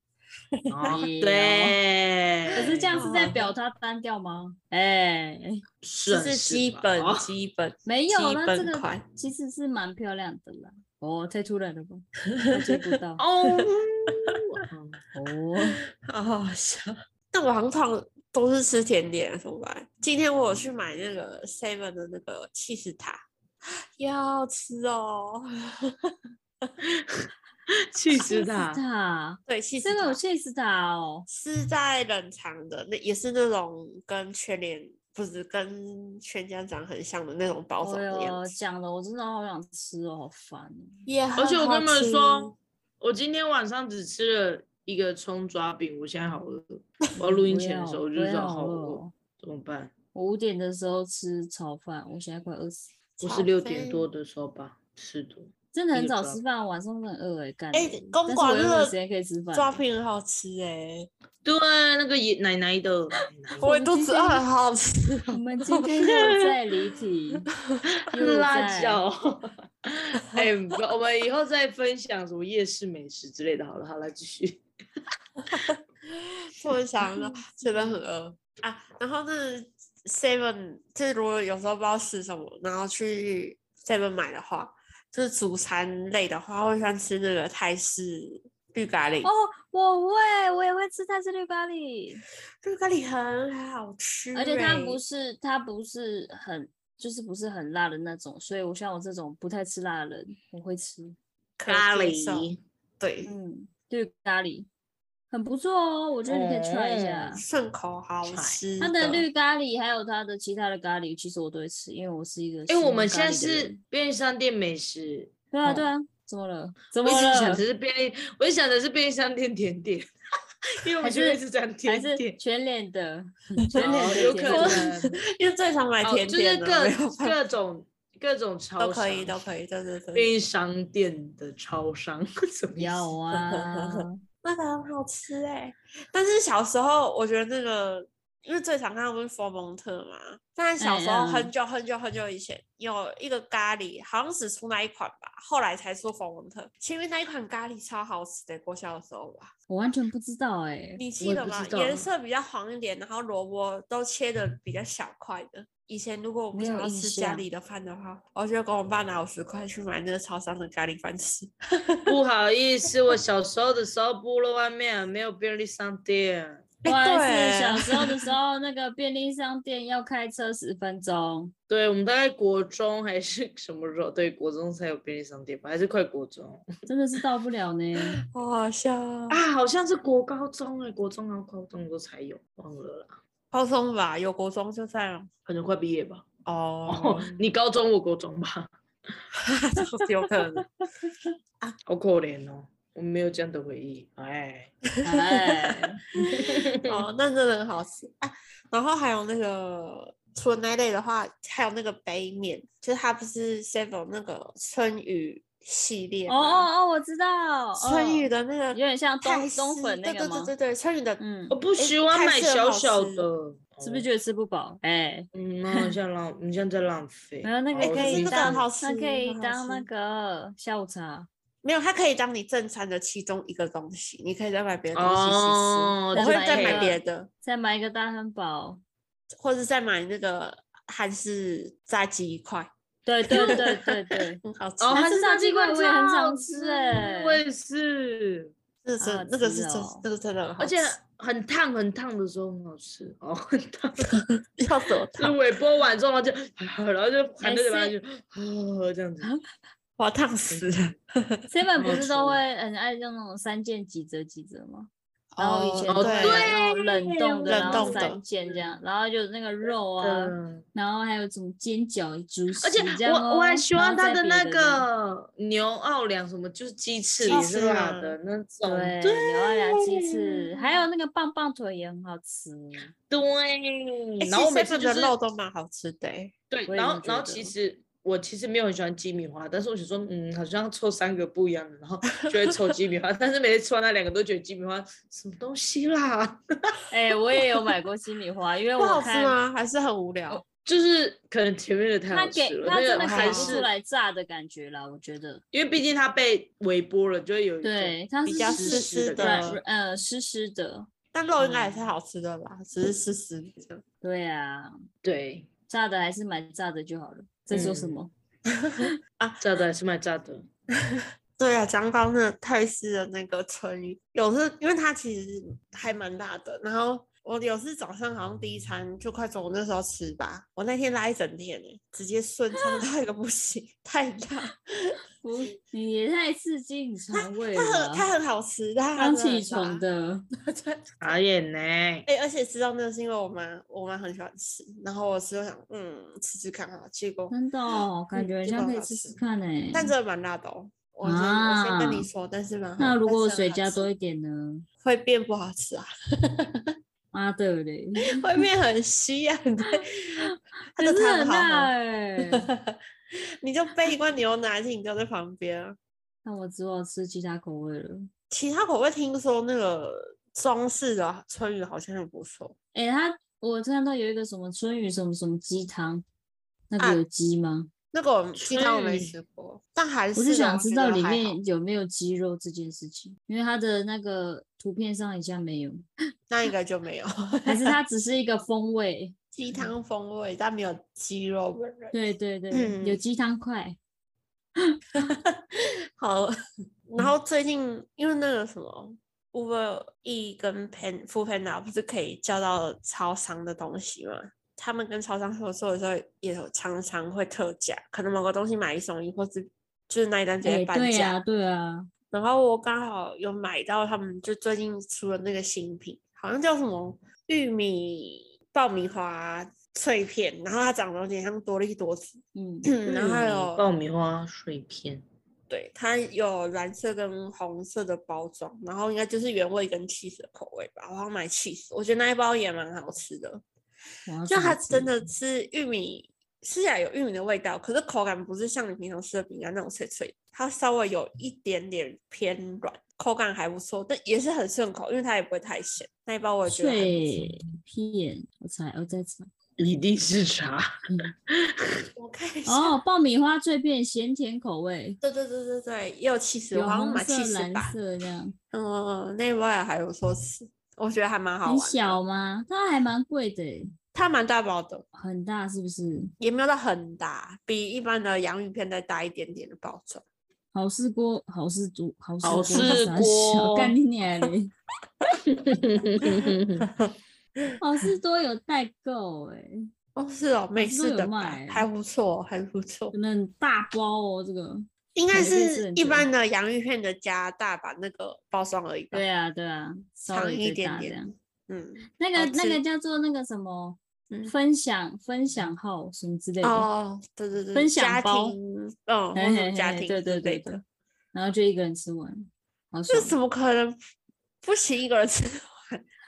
S2: 哎呦
S1: 对，
S2: 可是这样是在
S3: 哦
S2: 表它单调吗？ <laughs> 哎、
S1: 是
S3: 这
S1: 很
S3: 是
S1: 失
S3: 基
S1: 望
S3: 本
S1: 哦。
S3: 基本，
S2: 没有，
S3: 基
S2: 那这
S3: 本
S2: 个
S3: 款
S2: 其实是蛮漂亮的啦。哦，太突然了 <laughs> 吧？我追不到 <laughs>
S1: 哦，
S2: 哦，
S3: 好好笑。但我好像通常都是吃甜点，啊怎么办？今天我有去买那个 Seven 的那个气势塔，要吃哦。
S1: <laughs>
S3: <laughs>
S1: 气
S2: 气
S1: 死他！
S2: 塔，
S3: 对，气势
S2: 这个
S3: 塔
S1: 啊
S2: 有气死塔哦。
S3: 是在冷藏的，那也是那种跟全联不是跟全家长很像的那种包装
S2: 哎
S3: 的样
S2: 呦，
S3: 子，
S2: 讲的我真的好想吃哦，好烦哦。
S3: 也
S1: 而且
S3: 很
S1: 我
S3: 好
S1: 跟你们
S3: 吃
S1: 说，，我今天晚上只吃了一个葱抓饼，我现在好
S2: <laughs>
S1: 饿。我要录音
S2: 不
S1: 前的
S2: 要
S1: 时候，我就
S2: 不
S1: 知道
S2: 要
S1: 好
S2: 了
S1: 饿，
S2: 哦
S1: 怎么办？
S2: 我五点的时候吃炒饭，我现在快饿死了，
S1: 我
S3: 炒
S1: 是六点
S3: 饭
S1: 多的时候吧，吃的。
S2: 真的
S1: 一
S2: 很
S1: 个
S2: 早
S1: 抓
S2: 吃饭，晚上真的很饿哎，干。
S3: 哎、
S2: 但
S3: 公
S2: 是
S3: 馆
S2: 我又没有
S3: 那
S2: 时间可以吃
S3: 个
S2: 饭
S3: 抓
S2: 了
S3: 饼很好吃哎、
S1: 对，啊那个爷奶奶的，奶奶，
S3: 我
S2: 们
S3: 肚
S2: 今
S3: 子
S2: 天
S3: 饿，好好吃哦。
S2: 我们
S3: <laughs>
S2: 今天又在离题
S1: <laughs> 的
S2: 又
S1: 辣
S2: 在。
S1: 椒。
S3: <laughs>
S1: <laughs> 哎，不我们以后再分享什么夜市美食之类的。好了，好了，继
S3: <laughs>
S1: 续。
S3: 突然想到，觉得很饿啊。然后那 Seven 就是如果有时候不知道吃什么，然后去 Seven 买的话，就是主餐类的话，我喜欢吃那个泰式绿咖喱。
S2: 哦，我会，我也会吃泰式绿咖喱，
S3: 绿咖喱很好吃欸、
S2: 而且它不是它不是很就是不是很辣的那种，所以我像我这种不太吃辣的人，我会吃。
S3: 可以
S1: 咖
S3: 接受
S1: 喱，
S3: 对，
S2: 嗯，绿咖喱很不错哦，我觉得你可以 try 一
S1: 哎
S2: 下。
S3: 顺口好
S1: 踹
S3: 吃。
S2: 它的绿咖喱还有它的其他的咖喱，其实我都会吃，因为我是一个喜
S1: 哎、
S2: 欢咖喱的人。
S1: 我们现在是便利商店美食，
S2: 对啊
S1: 哦
S2: 对啊，怎么了？怎
S1: 我
S2: 么
S1: 一直想
S2: 了
S1: 的？是便利，我一直想的是便利商店甜点， <laughs> 因为我
S2: 还
S1: 们这边
S2: 是
S1: 是讲
S2: 还
S1: 甜
S2: 是
S1: 点，
S2: 全
S1: <laughs>
S2: 脸的，
S1: 哦
S2: 全脸的
S1: 有
S2: 甜
S1: 可
S2: 点
S1: 能，
S3: 因为最常买
S1: 哦
S3: 甜
S1: 就是
S3: 点的，没有
S1: 各
S3: 办法
S1: 各种各种超商
S3: 都可以，都可以，对对
S1: 便
S3: 对，
S1: 利商店的超商 <laughs> 什么意思？<laughs>
S2: 要啊，
S3: 那个很好吃哎、但是小时候我觉得那个，因为最常看到不是佛蒙特嘛，但是小时候
S2: 嗯嗯
S3: 很久很久很久以前有一个咖喱，好像只出那一款吧，后来才出佛蒙特。前面那一款咖喱超好吃的、国小的时候吧，
S2: 我完全不知道哎，
S3: 你
S1: 我
S3: 记
S1: 也
S3: 得
S1: 不知
S3: 吗？
S1: 道
S3: 颜色比较黄一点，然后萝卜都切的比较小块的。以前如果我不
S2: 没
S3: 想
S2: 有
S3: 要
S2: 印
S3: 吃家
S2: 象
S3: 里的饭的话，我就跟我爸拿五十块去买那个超商的咖喱饭吃。
S1: 不好意思，我小时候的时候，部落外面啊没有便利商店。
S3: 哎
S2: 哇，
S3: 对
S2: 是小时候的时候，那个便利商店要开车十分钟，
S1: 对我们大概国中还是 <laughs> 什么时候？对，国中才有便利商店吧，还是快国中
S2: 真的是到不了
S3: <laughs>
S2: 呢。
S3: 好好笑哦
S1: 啊？好像是国高中哎、国中然后高中都才有，忘了啦，
S3: 高中吧，有国中就在了。
S1: 可能快毕业吧。
S3: 哦 <laughs>
S1: 哦，，你高中，我国中吧，
S3: 有可能。
S1: 好可怜哦，我没有这样的回忆。哎，
S2: 哎，
S3: 哦，那真的很好吃啊。然后还有那个，除了那一类的话，还有那个杯面，就是它不是 seven 那个春雨系列
S2: 哦
S3: 吗？
S2: 哦哦，我知道，
S3: 春雨
S2: 的
S3: 的那个
S2: 有点像
S3: 泰
S2: 冬冬粉
S3: 式
S2: 那
S3: 对
S2: 个
S3: 对
S2: 吗
S3: 对？对对，春雨的
S2: 嗯
S1: 我，不喜欢
S3: 泰
S1: 买
S3: 式很
S1: 小
S3: 好
S1: 小
S3: 吃
S1: 哎的，
S2: 是不
S1: 哦
S2: 是觉得吃不饱？哎，
S1: 嗯，那好像浪，你像在浪费。
S2: 没有那
S1: 好
S2: 个
S1: 我
S3: 哎可
S1: 自
S3: 是
S1: 己
S2: 以
S3: 那个
S2: 当
S3: 很好
S2: 那可
S3: 吃
S2: 以
S3: 很好
S2: 当那
S3: 吃
S2: 个下午茶。
S3: 没有，它可以当你正餐的其中一个东西，你可以再买别的东西试试。
S1: 哦，
S3: 我
S2: 再
S3: 会
S2: 买
S3: 再
S2: 一
S3: 买
S2: 个
S3: 别的，
S2: 再买一个大汉堡。
S3: 或者再买那个韩式炸鸡一块，，
S2: 对对对对对
S3: <laughs> 很好吃。
S1: 哦，
S2: 它
S1: 还
S2: 是
S1: 是
S2: 炸
S1: 炸
S2: 鸡
S1: 鸡
S2: 块
S1: 块
S2: 我也很想吃欸
S1: 我也是，
S3: 那个
S2: 好
S3: 真
S2: 好
S3: 那个
S2: 吃
S3: 是真
S2: 哦，
S3: 那个真的很好
S1: 而
S3: 吃，
S1: 且 <laughs> 很烫很烫的时候很好吃哦，很烫，就
S3: 要走
S1: 是
S3: 烫，
S1: 尾波完之后然后就， <laughs> 然后就含着嘴巴
S2: 哎
S1: 就，哦这样子，
S3: 我要烫死了。
S2: seven 不
S1: 好
S2: 是
S1: 吃
S2: 都会很爱用那种三件几折几折吗？然后以前
S1: 哦
S2: 都哎会有那种冷
S1: 对
S2: 冻的，
S3: 冷
S2: 然后
S3: 冻的
S2: 三件这样，然后就那个肉啊，
S1: 嗯，
S2: 然后还有什么煎饺、猪食
S1: 而且
S2: 这样
S1: 我我
S2: 哦
S1: 还喜
S2: 然
S1: 欢
S2: 后
S1: 它
S2: 再
S1: 的
S2: 别
S1: 那
S2: 这样
S1: 个牛奥良什么，就是鸡翅
S3: 鸡
S1: 也是
S3: 翅
S1: 辣
S3: 啊
S1: 的那种，
S2: 对，
S1: 对
S2: 有爱俩鸡翅，还有那哎个棒棒腿也很好吃。
S1: 对，
S3: 然
S1: 然后
S3: 后我
S1: 我每
S3: 每
S1: 次
S3: 次
S1: 就
S3: 的
S1: 是
S3: 肉都蛮好吃的欸，
S1: 对，
S2: 我也
S1: 然
S2: 这
S1: 后
S2: 么
S1: 然后
S2: 觉
S1: 其
S2: 得
S1: 实我其实没有很喜欢鸡米花，但是我想说，嗯，好像要凑三个不一样的，然后就
S2: <laughs>
S1: 会凑鸡米花，但是每次吃完那两个都觉得鸡米花什么东西啦，
S2: 哎、我也有买过西米花，因为
S3: 不
S2: 我
S3: 好吃
S2: 看
S3: 吗？还是很无聊。
S1: 就是可能前面的太
S2: 它
S1: 好吃
S2: 给
S1: 了，
S2: 它
S1: 那
S2: 真
S1: 个
S2: 的
S3: 好
S2: 给
S1: 韩
S2: 不出
S1: 式，
S2: 来炸的感觉啦，我觉得。
S1: 因为毕竟它被微波了，就会有一种
S2: 对，它
S3: 比
S2: 是
S3: 较
S2: 湿
S1: 湿
S2: 湿
S1: 湿的
S2: 软
S1: 感
S3: 觉
S2: 软呃湿湿的，
S3: 但肉应该也是好吃的吧，只是湿湿的。
S2: 对啊，
S1: 对，
S2: 炸的还是买炸的就好了，在说什
S1: 嗯
S2: 么？
S1: 炸的还是卖炸的，
S3: 对啊，刚刚那个泰式的那个春雨，有时因为它其实还蛮大的，然后我有次早上好像第一餐就快中午那时候吃吧，我那天拉一整天呢、欸直接顺畅到一个不行， <laughs> 太大。
S2: 不，你也太刺激你肠胃
S3: 它
S2: 了
S3: 很它
S2: 吧。
S3: 很好吃，但它
S2: 啊刚
S3: 真的
S2: 起
S3: 很
S2: 床
S3: 大
S2: 的，
S1: 傻眼呢。
S3: 哎、而且知道那个是因为我妈，我妈很喜欢吃，然后我吃就想，嗯，吃吃看啊，结果，
S2: 真的哦，感
S3: 嗯
S2: 觉好
S3: 这
S2: 像
S3: 个
S2: 可以
S3: 好
S2: 试
S3: 吃
S2: 试看欸诶。
S3: 但真的蛮辣的哦。我先、我先跟
S2: 啊
S3: 你说，但是蛮好
S2: 那如
S3: 但
S2: 果
S3: 是很
S2: 水
S3: 好
S2: 加
S3: 吃
S2: 多一点呢？
S3: 会变不好吃啊，
S2: 啊，对
S3: <laughs>
S2: 嘞，
S3: 会变很稀啊，
S2: <laughs>
S3: 你会它
S2: 可
S3: 的
S2: 是
S3: 汤
S2: 很
S3: 好
S2: 辣
S3: 吗？
S2: 哎。
S3: <laughs> 你就备一罐牛奶，请丢在旁边啊。
S2: 那我只好吃其他口味了。
S3: 其他口味听说那个中式的春雨好像很不错，
S2: 哎、他我看到有一个什么春雨什么什么鸡汤，那
S3: 啊
S2: 个有鸡吗？
S3: 那个我鸡汤我没
S1: 春雨
S3: 吃过，但还
S2: 我
S3: 是
S2: 是想知道里面有没有鸡肉这件事情，因为它的那
S3: <laughs>
S2: 个图片上好像没有，
S3: 那应该就没有。 <laughs>
S2: 还是它只是一个风味？
S3: 鸡汤风味，但没有鸡肉本人。
S2: 对对对，有
S3: 嗯
S2: 鸡汤块，
S3: 好， <laughs>
S2: 嗯
S3: 然后最近因为那个什么 Uber E 跟 Pan f o o Panda 不是可以叫到超商的东西吗？他们跟超商合作的时候，也有常常会特价，可能某个东西买一送一，或是就是那一单直
S2: 哎、
S3: 接半
S2: 对
S3: 价。
S2: 啊，对啊，
S3: 然后我刚好有买到他们就最近出的那个新品，好像叫什么玉米爆米花脆片，然后它长得有点像多利多子， <coughs> <laughs>
S2: 嗯，
S3: 然后还
S1: 玉米
S3: 有
S1: 爆米花碎片，
S3: 对，它有蓝色跟红色的包装，然后应该就是原味跟 cheese 的口味吧。我好像买 cheese，我觉得那一包也蛮好吃的。
S2: 我要
S3: 就
S2: 哦怎么
S3: 它
S2: 吃嗯
S3: 真的吃玉米，吃起来有玉米的味道，可是口感不是像你平常吃的饼干那种脆脆的，它稍微有一点点偏软，口感还不错，但也是很顺口，因为它也不会太咸。那一包我也觉得还不错
S2: 脆片，我猜我在猜，
S1: 一定是
S2: <laughs>
S1: 啥？
S3: 我看一下，
S2: 哦，爆米花脆片咸甜口味，
S3: 对对对对对，也有 cheese，
S2: 有
S3: 我好像
S2: 红
S3: 买
S2: 色、
S3: cheese
S2: 蓝
S3: 版，
S2: 色这样，
S3: 嗯，那一包也还不错吃，我觉得还蛮好玩
S2: 很
S3: 的，
S2: 小吗？它还蛮贵的欸，
S3: 它蛮大包的。
S2: 很大是不是？
S3: 也没有到很大，比一般的洋芋片再大一点点的包装。
S2: 好事锅，好事煮，好事
S1: 好
S2: 锅，
S1: 事
S2: 它傻 <laughs> 小
S1: 锅
S2: 干你娘嘞！好事多有代购哎、
S3: 哦，是哦，美
S2: 是都
S3: 式
S2: 有
S3: 的
S2: 卖欸
S3: 吧还不错，还不错
S2: 可，能很大包哦，这个。
S3: 应该
S2: 感觉可以吃
S3: 是
S2: 很
S3: 一
S2: 久
S3: 般的洋芋片的加大版那个包装而已吧。
S2: 对啊，对啊，稍
S3: 长
S2: 微
S3: 一
S2: 最
S3: 点
S2: 大这
S3: 点
S2: 样。
S3: 嗯，
S2: 那
S3: 好
S2: 个那个
S3: 吃
S2: 叫做那个什么
S3: 嗯
S2: 分享分享号什么之类的，
S3: 哦，对对对，
S2: 分享
S3: 家
S2: 包
S3: 庭，嗯，
S2: 嘿
S3: 或
S2: 嘿
S3: 者家
S2: 嘿
S3: 庭
S2: 对
S3: 之
S2: 对对
S3: 类
S2: 对
S3: 的，，
S2: 然后就一个人吃完，好
S3: 这
S2: 爽。
S3: 怎么可能不行一个人吃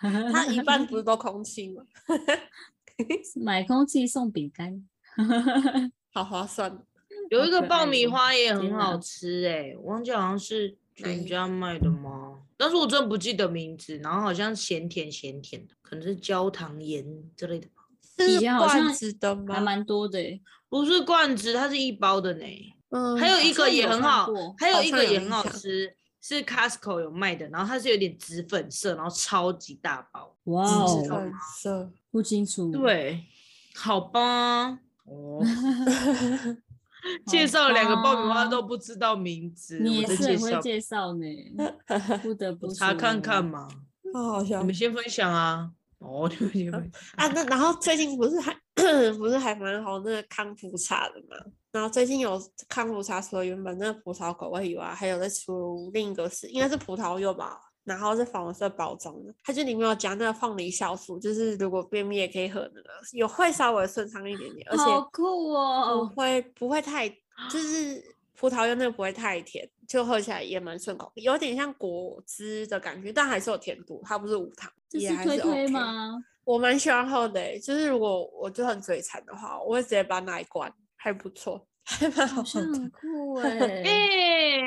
S3: 完？
S2: <laughs>
S3: 它一半不是都空气吗？
S2: 买空气送饼干，
S3: 好划
S2: <laughs>
S3: 算，
S1: 有一个
S2: 可
S1: 爆
S2: 爱
S1: 米
S2: 哦
S1: 花也
S2: 天
S1: 很好
S2: 哪
S1: 吃哎、我忘记好像是
S3: 哪
S1: 全
S3: 一
S1: 家卖的吗？但是我真的不记得名字，然后好像咸甜咸甜的，可能是焦糖盐之类的吧，
S3: 是
S2: 前好像
S3: 罐子的
S2: 还
S3: 吗？
S2: 蛮多的欸。
S1: 不是罐子，它是一包的呢。
S3: 嗯，
S1: 还有一
S2: 好
S1: 个
S2: 像
S1: 也
S2: 有
S1: 很
S2: 看
S1: 好
S2: 过，
S1: 还有
S3: 好
S1: 一
S3: 像
S1: 个
S3: 有
S1: 也
S3: 印
S1: 很好
S3: 象
S1: 吃，是 Costco 有卖的，然后它是有点紫粉色，然后超级大包。
S2: 哇
S1: 知
S3: 紫
S1: 道
S2: 哦，
S3: 粉色。
S2: <laughs>
S3: <laughs>
S2: 不清楚。，
S1: 嗯对，好吧，哦，
S2: 嗯 <laughs> 好
S1: 介绍了两个爆米花
S2: 吧
S1: 都不知道名字，
S2: 你也
S1: 我再
S2: 是很
S1: 介
S2: 会
S1: 绍，
S2: 介绍
S1: <laughs>
S2: 呢，不得不
S1: 我查看看
S2: 说。
S1: 嘛。
S3: 好哦好笑
S2: <laughs>
S1: 你们先分享啊。哦，你们先分享。
S3: 啊，那然后最近不是还 <clears throat> 不是还蛮红那个康普茶的嘛？然后最近有康普茶，除了原本那个葡萄口味以外，还有在出另一个是应该是葡萄柚吧，然后是粉红色包装的，它就里面有加那个凤梨酵素，就是如果便秘也可以喝那个，有会稍微顺畅一点点，而且
S2: 好酷
S3: 不
S2: 哦！
S3: 会不会太就是葡萄柚那个不会太甜，就喝起来也蛮顺口，有点像果汁的感觉，但还是有甜度，它不是无糖，
S2: 这
S3: 也
S2: 是
S3: 还
S2: 推
S3: OK
S2: 推？吗？
S1: <laughs>
S3: 我蛮喜欢喝的欸、就是如果我就很嘴馋的话，我会直接把它拿一罐，还不错，还蛮好
S2: 好
S3: 喝
S2: 像
S1: 嗯
S3: 的
S2: 很。酷哎。啊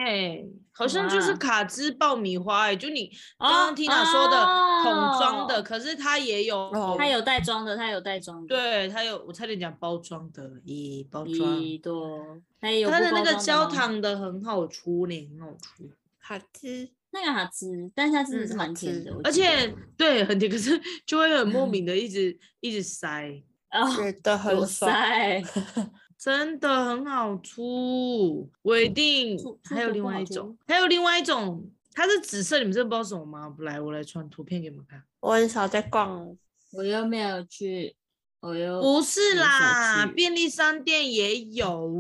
S1: 哎、好像就是
S2: 哇
S1: 卡兹爆米花、哎，就你
S2: 哦
S1: 刚刚 Tina 说的桶装的，
S2: 哦
S1: 可是它也有，
S3: 哦
S2: 它有袋装的，它有袋装的，
S1: 对，它有，我差点讲包装的，咦，包装，
S2: 比多，它也有
S1: 它
S2: 不
S1: 的那
S2: 包
S1: 个
S2: 装
S1: 焦
S2: 吗，
S1: 糖的很好出呢，很好出，
S3: 好吃，
S2: 那个好吃，但是它真的
S3: 嗯
S2: 是
S3: 好
S2: 蛮甜
S3: 吃
S2: 的，我
S1: 而
S2: 记得嗯
S1: 且对很甜，可是 <laughs> 就会很莫名的一直一直塞，
S2: 哦，
S3: 觉得
S2: 多
S3: 很爽。
S2: 塞，
S1: 真的很好出，我一定
S2: 嗯出出
S1: 还有
S2: 得
S1: 另
S2: 不
S1: 外
S2: 好
S1: 一
S2: 出
S1: 种，还有另外一种，它是紫色，你们真的不知道什么吗？来，我来传图片给你们看。
S3: 我很少在逛，
S2: 我又没有去，我又哦
S1: 不是
S2: 很少
S1: 啦，
S2: 呃去
S1: 便利商店也有，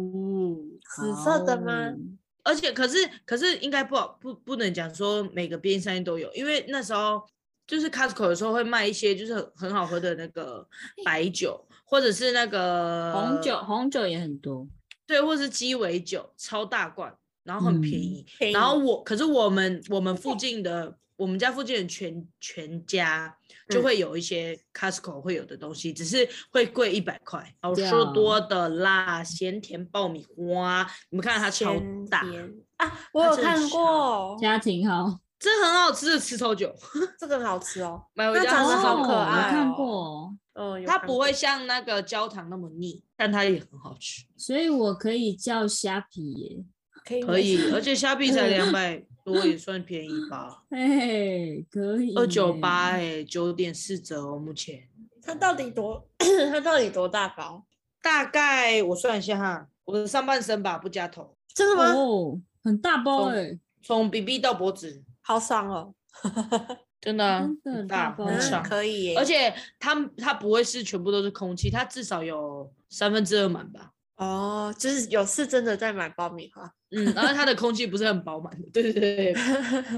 S3: 紫色的吗
S2: 哦
S1: 而且可是可是应该不好不不能讲说每个便利商店都有，因为那时候就是 Costco 有时候会卖一些就是很很好喝的那个白酒，或者是那个
S2: 红酒，，红酒也很多，
S1: 对，或者是鸡尾酒，超大罐，然后很便
S2: 嗯
S1: 宜。
S3: 便
S1: 然后
S3: 宜
S1: 我，可是我们我们附近的，我们家附近的全全家就
S3: 嗯
S1: 会有一些 Costco 会有的东西，只是会贵一百块。好
S2: 对
S1: 说
S2: 啊
S1: 多的啦，咸甜爆米花，你们看它超
S3: 鲜
S1: 大，
S3: 甜啊！我有
S1: 真的
S3: 看
S1: 小
S3: 过，
S2: 家
S1: <laughs>
S2: 庭号，
S1: 这很好吃的石头
S2: <laughs>
S1: 酒，
S3: 这个很好吃哦。
S1: 买回
S3: 那
S1: 家
S3: 长
S1: 吃
S3: 得好
S1: 超
S3: 可
S1: 好
S2: 我
S1: 喝
S3: 爱
S2: 看
S3: 哦
S2: 过，
S3: 嗯，有
S1: 它
S3: 看
S1: 不
S3: 过
S1: 会像那个焦糖那么腻，但它也很好吃，
S2: 所以我可以叫虾皮耶，
S3: 可以
S1: 可以，而
S3: 且
S1: 且虾币
S2: <laughs>
S1: 才两百多，也算便宜吧。
S2: 哎，可以
S1: 二九
S2: 耶
S1: 八，哎，九点四折哦，目前
S3: 它到底多它到底多大包？
S1: 大概我算一下哈，我的上半身吧，不加头，
S3: 真的吗？
S2: 哦，很大包
S1: 懂
S2: 哎、
S1: 从鼻鼻到脖子，
S3: 好爽哦！
S1: 真的啊
S2: 真的
S1: 很
S2: 很大
S1: 大，
S2: 包
S1: 很
S2: 欸
S1: 爽
S3: 嗯，。可以耶，
S1: 而且它它不会是全部都是空气，它至少有三分之二满吧。
S3: 哦，就是有事真的在买爆米花， <laughs>
S2: <laughs>
S1: 嗯，然后它的空气不是很饱满的，对对对，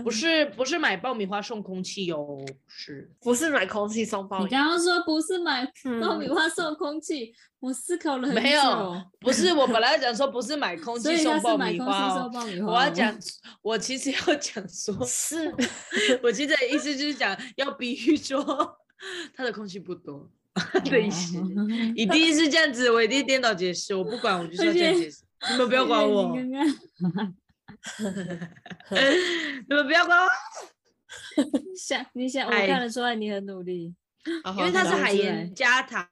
S1: 不是不是买爆米花送空气哦，是
S3: 不是买空气送爆
S2: 你
S3: 米花。
S2: 刚刚说不是买爆米
S3: 嗯
S2: 花送空气，我思考了很久，
S1: 没有不是？我本来要讲说不是买空
S2: 所
S1: 气
S2: 以
S1: 送
S2: 他
S1: 爆
S2: 是买
S1: 米
S2: 空
S1: 花
S2: 气
S1: 哦
S2: 送。爆米花。
S1: 我要讲，我其实要讲说，
S3: 是
S1: 我其实的意思就是讲要比喻说它的空气不多的意 <laughs> 思。
S2: 哦
S1: 一定是这样子，我一定颠倒解释，我不管，我就是要这样解释，你们不要管我，
S2: <laughs> 你刚刚
S1: 你们不要管我，
S2: 想你想，我
S1: 哎
S2: 看得出来你很努力，
S1: 哦 <laughs> 因为它是
S2: 好
S1: 海
S2: 出
S1: 盐
S2: 来
S1: 加糖，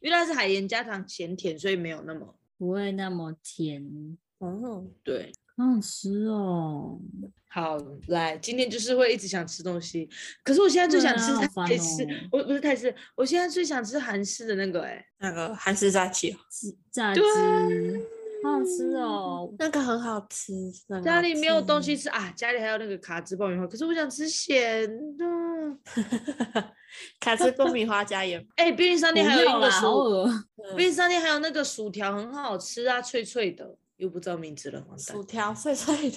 S1: 因为它是海盐加糖咸甜，所以没有那么
S2: 不会那么甜，
S3: 哦，
S1: 对。
S2: 好好吃哦。
S1: 好，来，今天就是会一直想吃东西，可是我现在最
S2: 对
S1: 想
S2: 啊
S1: 吃
S2: 好烦
S1: 泰式，
S2: 哦
S1: 我不是泰式，我现在最想吃韩式的那个、哎，
S3: 那个韩式炸鸡哦，
S2: 鸡炸鸡
S1: 对，
S3: 啊
S2: 好好吃
S3: 嗯
S2: 哦。
S3: 那个很好吃，那个
S1: 家
S3: 好
S1: 里
S3: 吃
S1: 没有东西吃啊，家里还有那个卡兹爆米花，可是我想吃咸的，
S2: <laughs>
S3: 卡斯爆米花加 <laughs> 盐，
S1: 哎、便利商店
S2: 不
S1: 还有
S2: 要
S1: 一个
S2: 啦，好
S1: 薯
S2: 恶
S1: 便利商店还有那个薯条很好吃啊，脆脆的，又不知道名字了，完蛋
S3: 薯。条脆脆 <laughs> 的，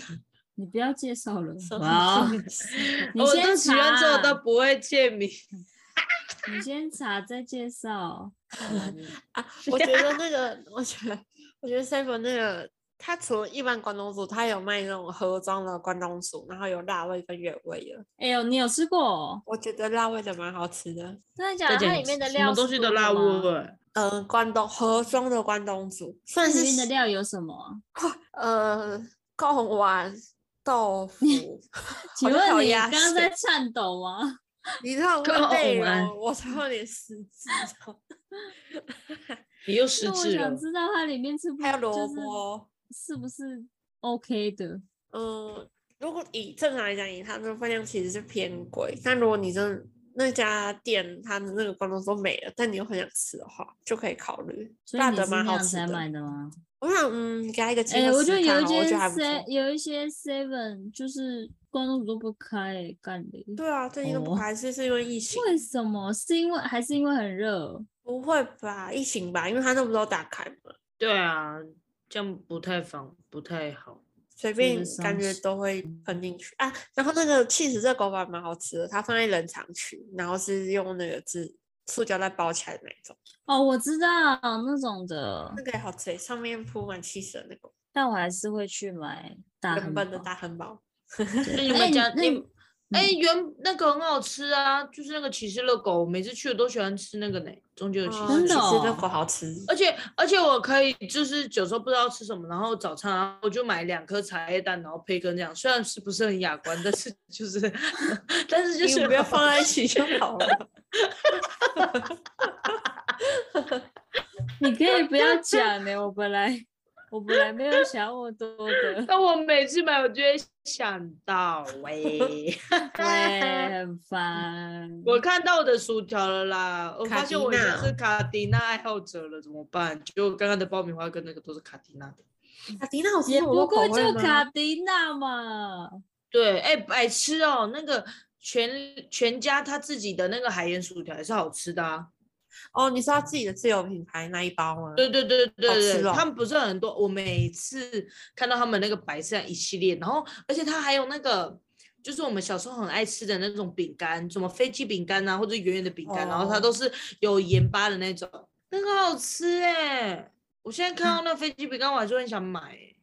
S2: 你不要介绍了，
S3: <laughs> 什
S2: 哇
S3: 么东西？
S2: 你
S1: 我
S2: 先
S1: 都喜欢这种
S2: 查
S1: 都不会见名。
S2: <laughs> 你先查再介绍。
S3: 啊，我觉得那个，我觉得，我觉得 seven 那个，它除了一般关东煮，它有卖那种盒装的关东煮，然后有辣味跟原味的。
S2: 哎呦，你有吃过哦？
S3: 我觉得辣味的蛮好吃的。
S4: 真的
S1: 再
S4: 假的？
S1: 讲
S2: 啊
S4: 它
S1: 一
S4: 里面
S1: 次
S4: 的
S1: 什
S4: 料
S1: 么东
S4: 是
S1: 西
S4: 多
S1: 都
S4: 的
S1: 辣
S4: 吗
S1: 味，
S3: 嗯，关东盒装的关东煮算
S2: 那
S3: 是
S2: 里面的
S3: 西
S2: 料有什么啊？
S3: 呃贡丸豆腐。
S2: <laughs> 请
S3: 好像有
S2: 问你
S3: 鸭
S2: 刚刚
S3: 血
S2: 在颤抖吗？
S3: 你这种
S1: 贡
S3: 问内
S1: 丸
S3: 容，我才有点失智哦。
S1: 你又
S2: 那
S1: 失
S2: 我
S1: 智了
S2: 想。知道它里面是不
S3: 还有
S2: 就
S3: 萝
S2: 是
S3: 卜，
S2: 是不是 OK 的？
S3: 嗯，如果以正常来讲，以它的分量其实是偏贵，但如果你真的那家店它的那个关东煮没了，但你又很想吃的话，就可以考虑
S2: 所以
S3: 辣
S2: 你
S3: 的
S2: 是那
S3: 蛮好
S2: 样
S3: 吃
S2: 才买
S3: 的。
S2: 的吗？
S3: 我想，嗯，给他一个机
S2: 哎、
S3: 会
S2: 我
S3: 试
S2: 觉
S3: 试
S2: 得有
S3: 看
S2: 一
S3: 好我
S2: 些
S3: 觉得还不错
S2: se。有一些 seven 就是关东煮都不开、欸，干的。
S3: 对啊，最近都不
S2: 哦
S3: 开，是是因为疫情？
S2: 为什么？是因为还是因为很热？
S3: 不会吧，疫情吧，因为他那不都打开嘛，
S1: 对啊，这样不太方，不太好。
S3: 随
S2: 觉得
S3: 便
S2: 伤
S3: 感觉
S2: 心
S3: 都会
S2: 嗯
S3: 喷进去啊。然后那个 cheese 这狗板蛮好吃的，它放在冷藏区，然后是用那个纸塑胶袋包起来的那一种，
S2: 哦，我知道那种的
S3: 那，个也好吃欸，上面铺满 cheese 的那个。
S2: 但我还是会去买大
S3: 原
S2: 汉堡
S3: 本。的大汉堡，
S1: 那
S2: 对
S1: 你
S2: 哎
S1: 们家
S2: 那
S1: 你哎原那个很好吃啊，就是那个骑士热狗，我每次去我都喜欢吃那个呢，中间有骑士
S3: 哦
S1: 热狗。
S2: 真的
S3: 其实热
S2: 哦
S3: 狗好吃。
S1: 而且而且我可以就是有时候不知道吃什么，然后早餐啊我就买两颗茶叶蛋，然后培根这样，虽然是不是很雅观，但是就是 <laughs> 但是就
S3: 你
S1: 是
S3: 不要
S1: 好，
S3: 放在一起就好了。
S2: 你可以不要讲呢、我本来我本来没有想那么多的
S1: <laughs> 但我每次买，我就会想到喂、
S2: 对，很烦。
S1: <laughs> 我看到我的薯条了啦！我发现我已经
S3: 卡迪娜
S1: 是卡迪娜爱好者了，怎么办？就刚刚的爆米花跟那个都是卡迪娜的。
S3: 卡迪啊娜好吃
S2: 也
S3: 火
S2: 不
S3: 锅口
S2: 过
S3: 味
S2: 就
S3: 吗
S2: 卡迪娜嘛，
S1: 对，哎、白痴哦，那个全全家他自己的那个海盐薯条也是好吃的啊。
S3: 哦，你说他自己的自有品牌那一包吗？
S1: 对对对对
S3: 好吃
S1: 对，
S3: 哦
S1: 他们不是很多。我每次看到他们那个白色一系列，然后而且他还有那个。就是我们小时候很爱吃的那种饼干，什么飞机饼干啊，或者圆圆的饼干，然后它
S3: 哦
S1: 都是有盐巴的那种，那个好吃哎、我现在看到那飞机饼干，我还是会很想买欸、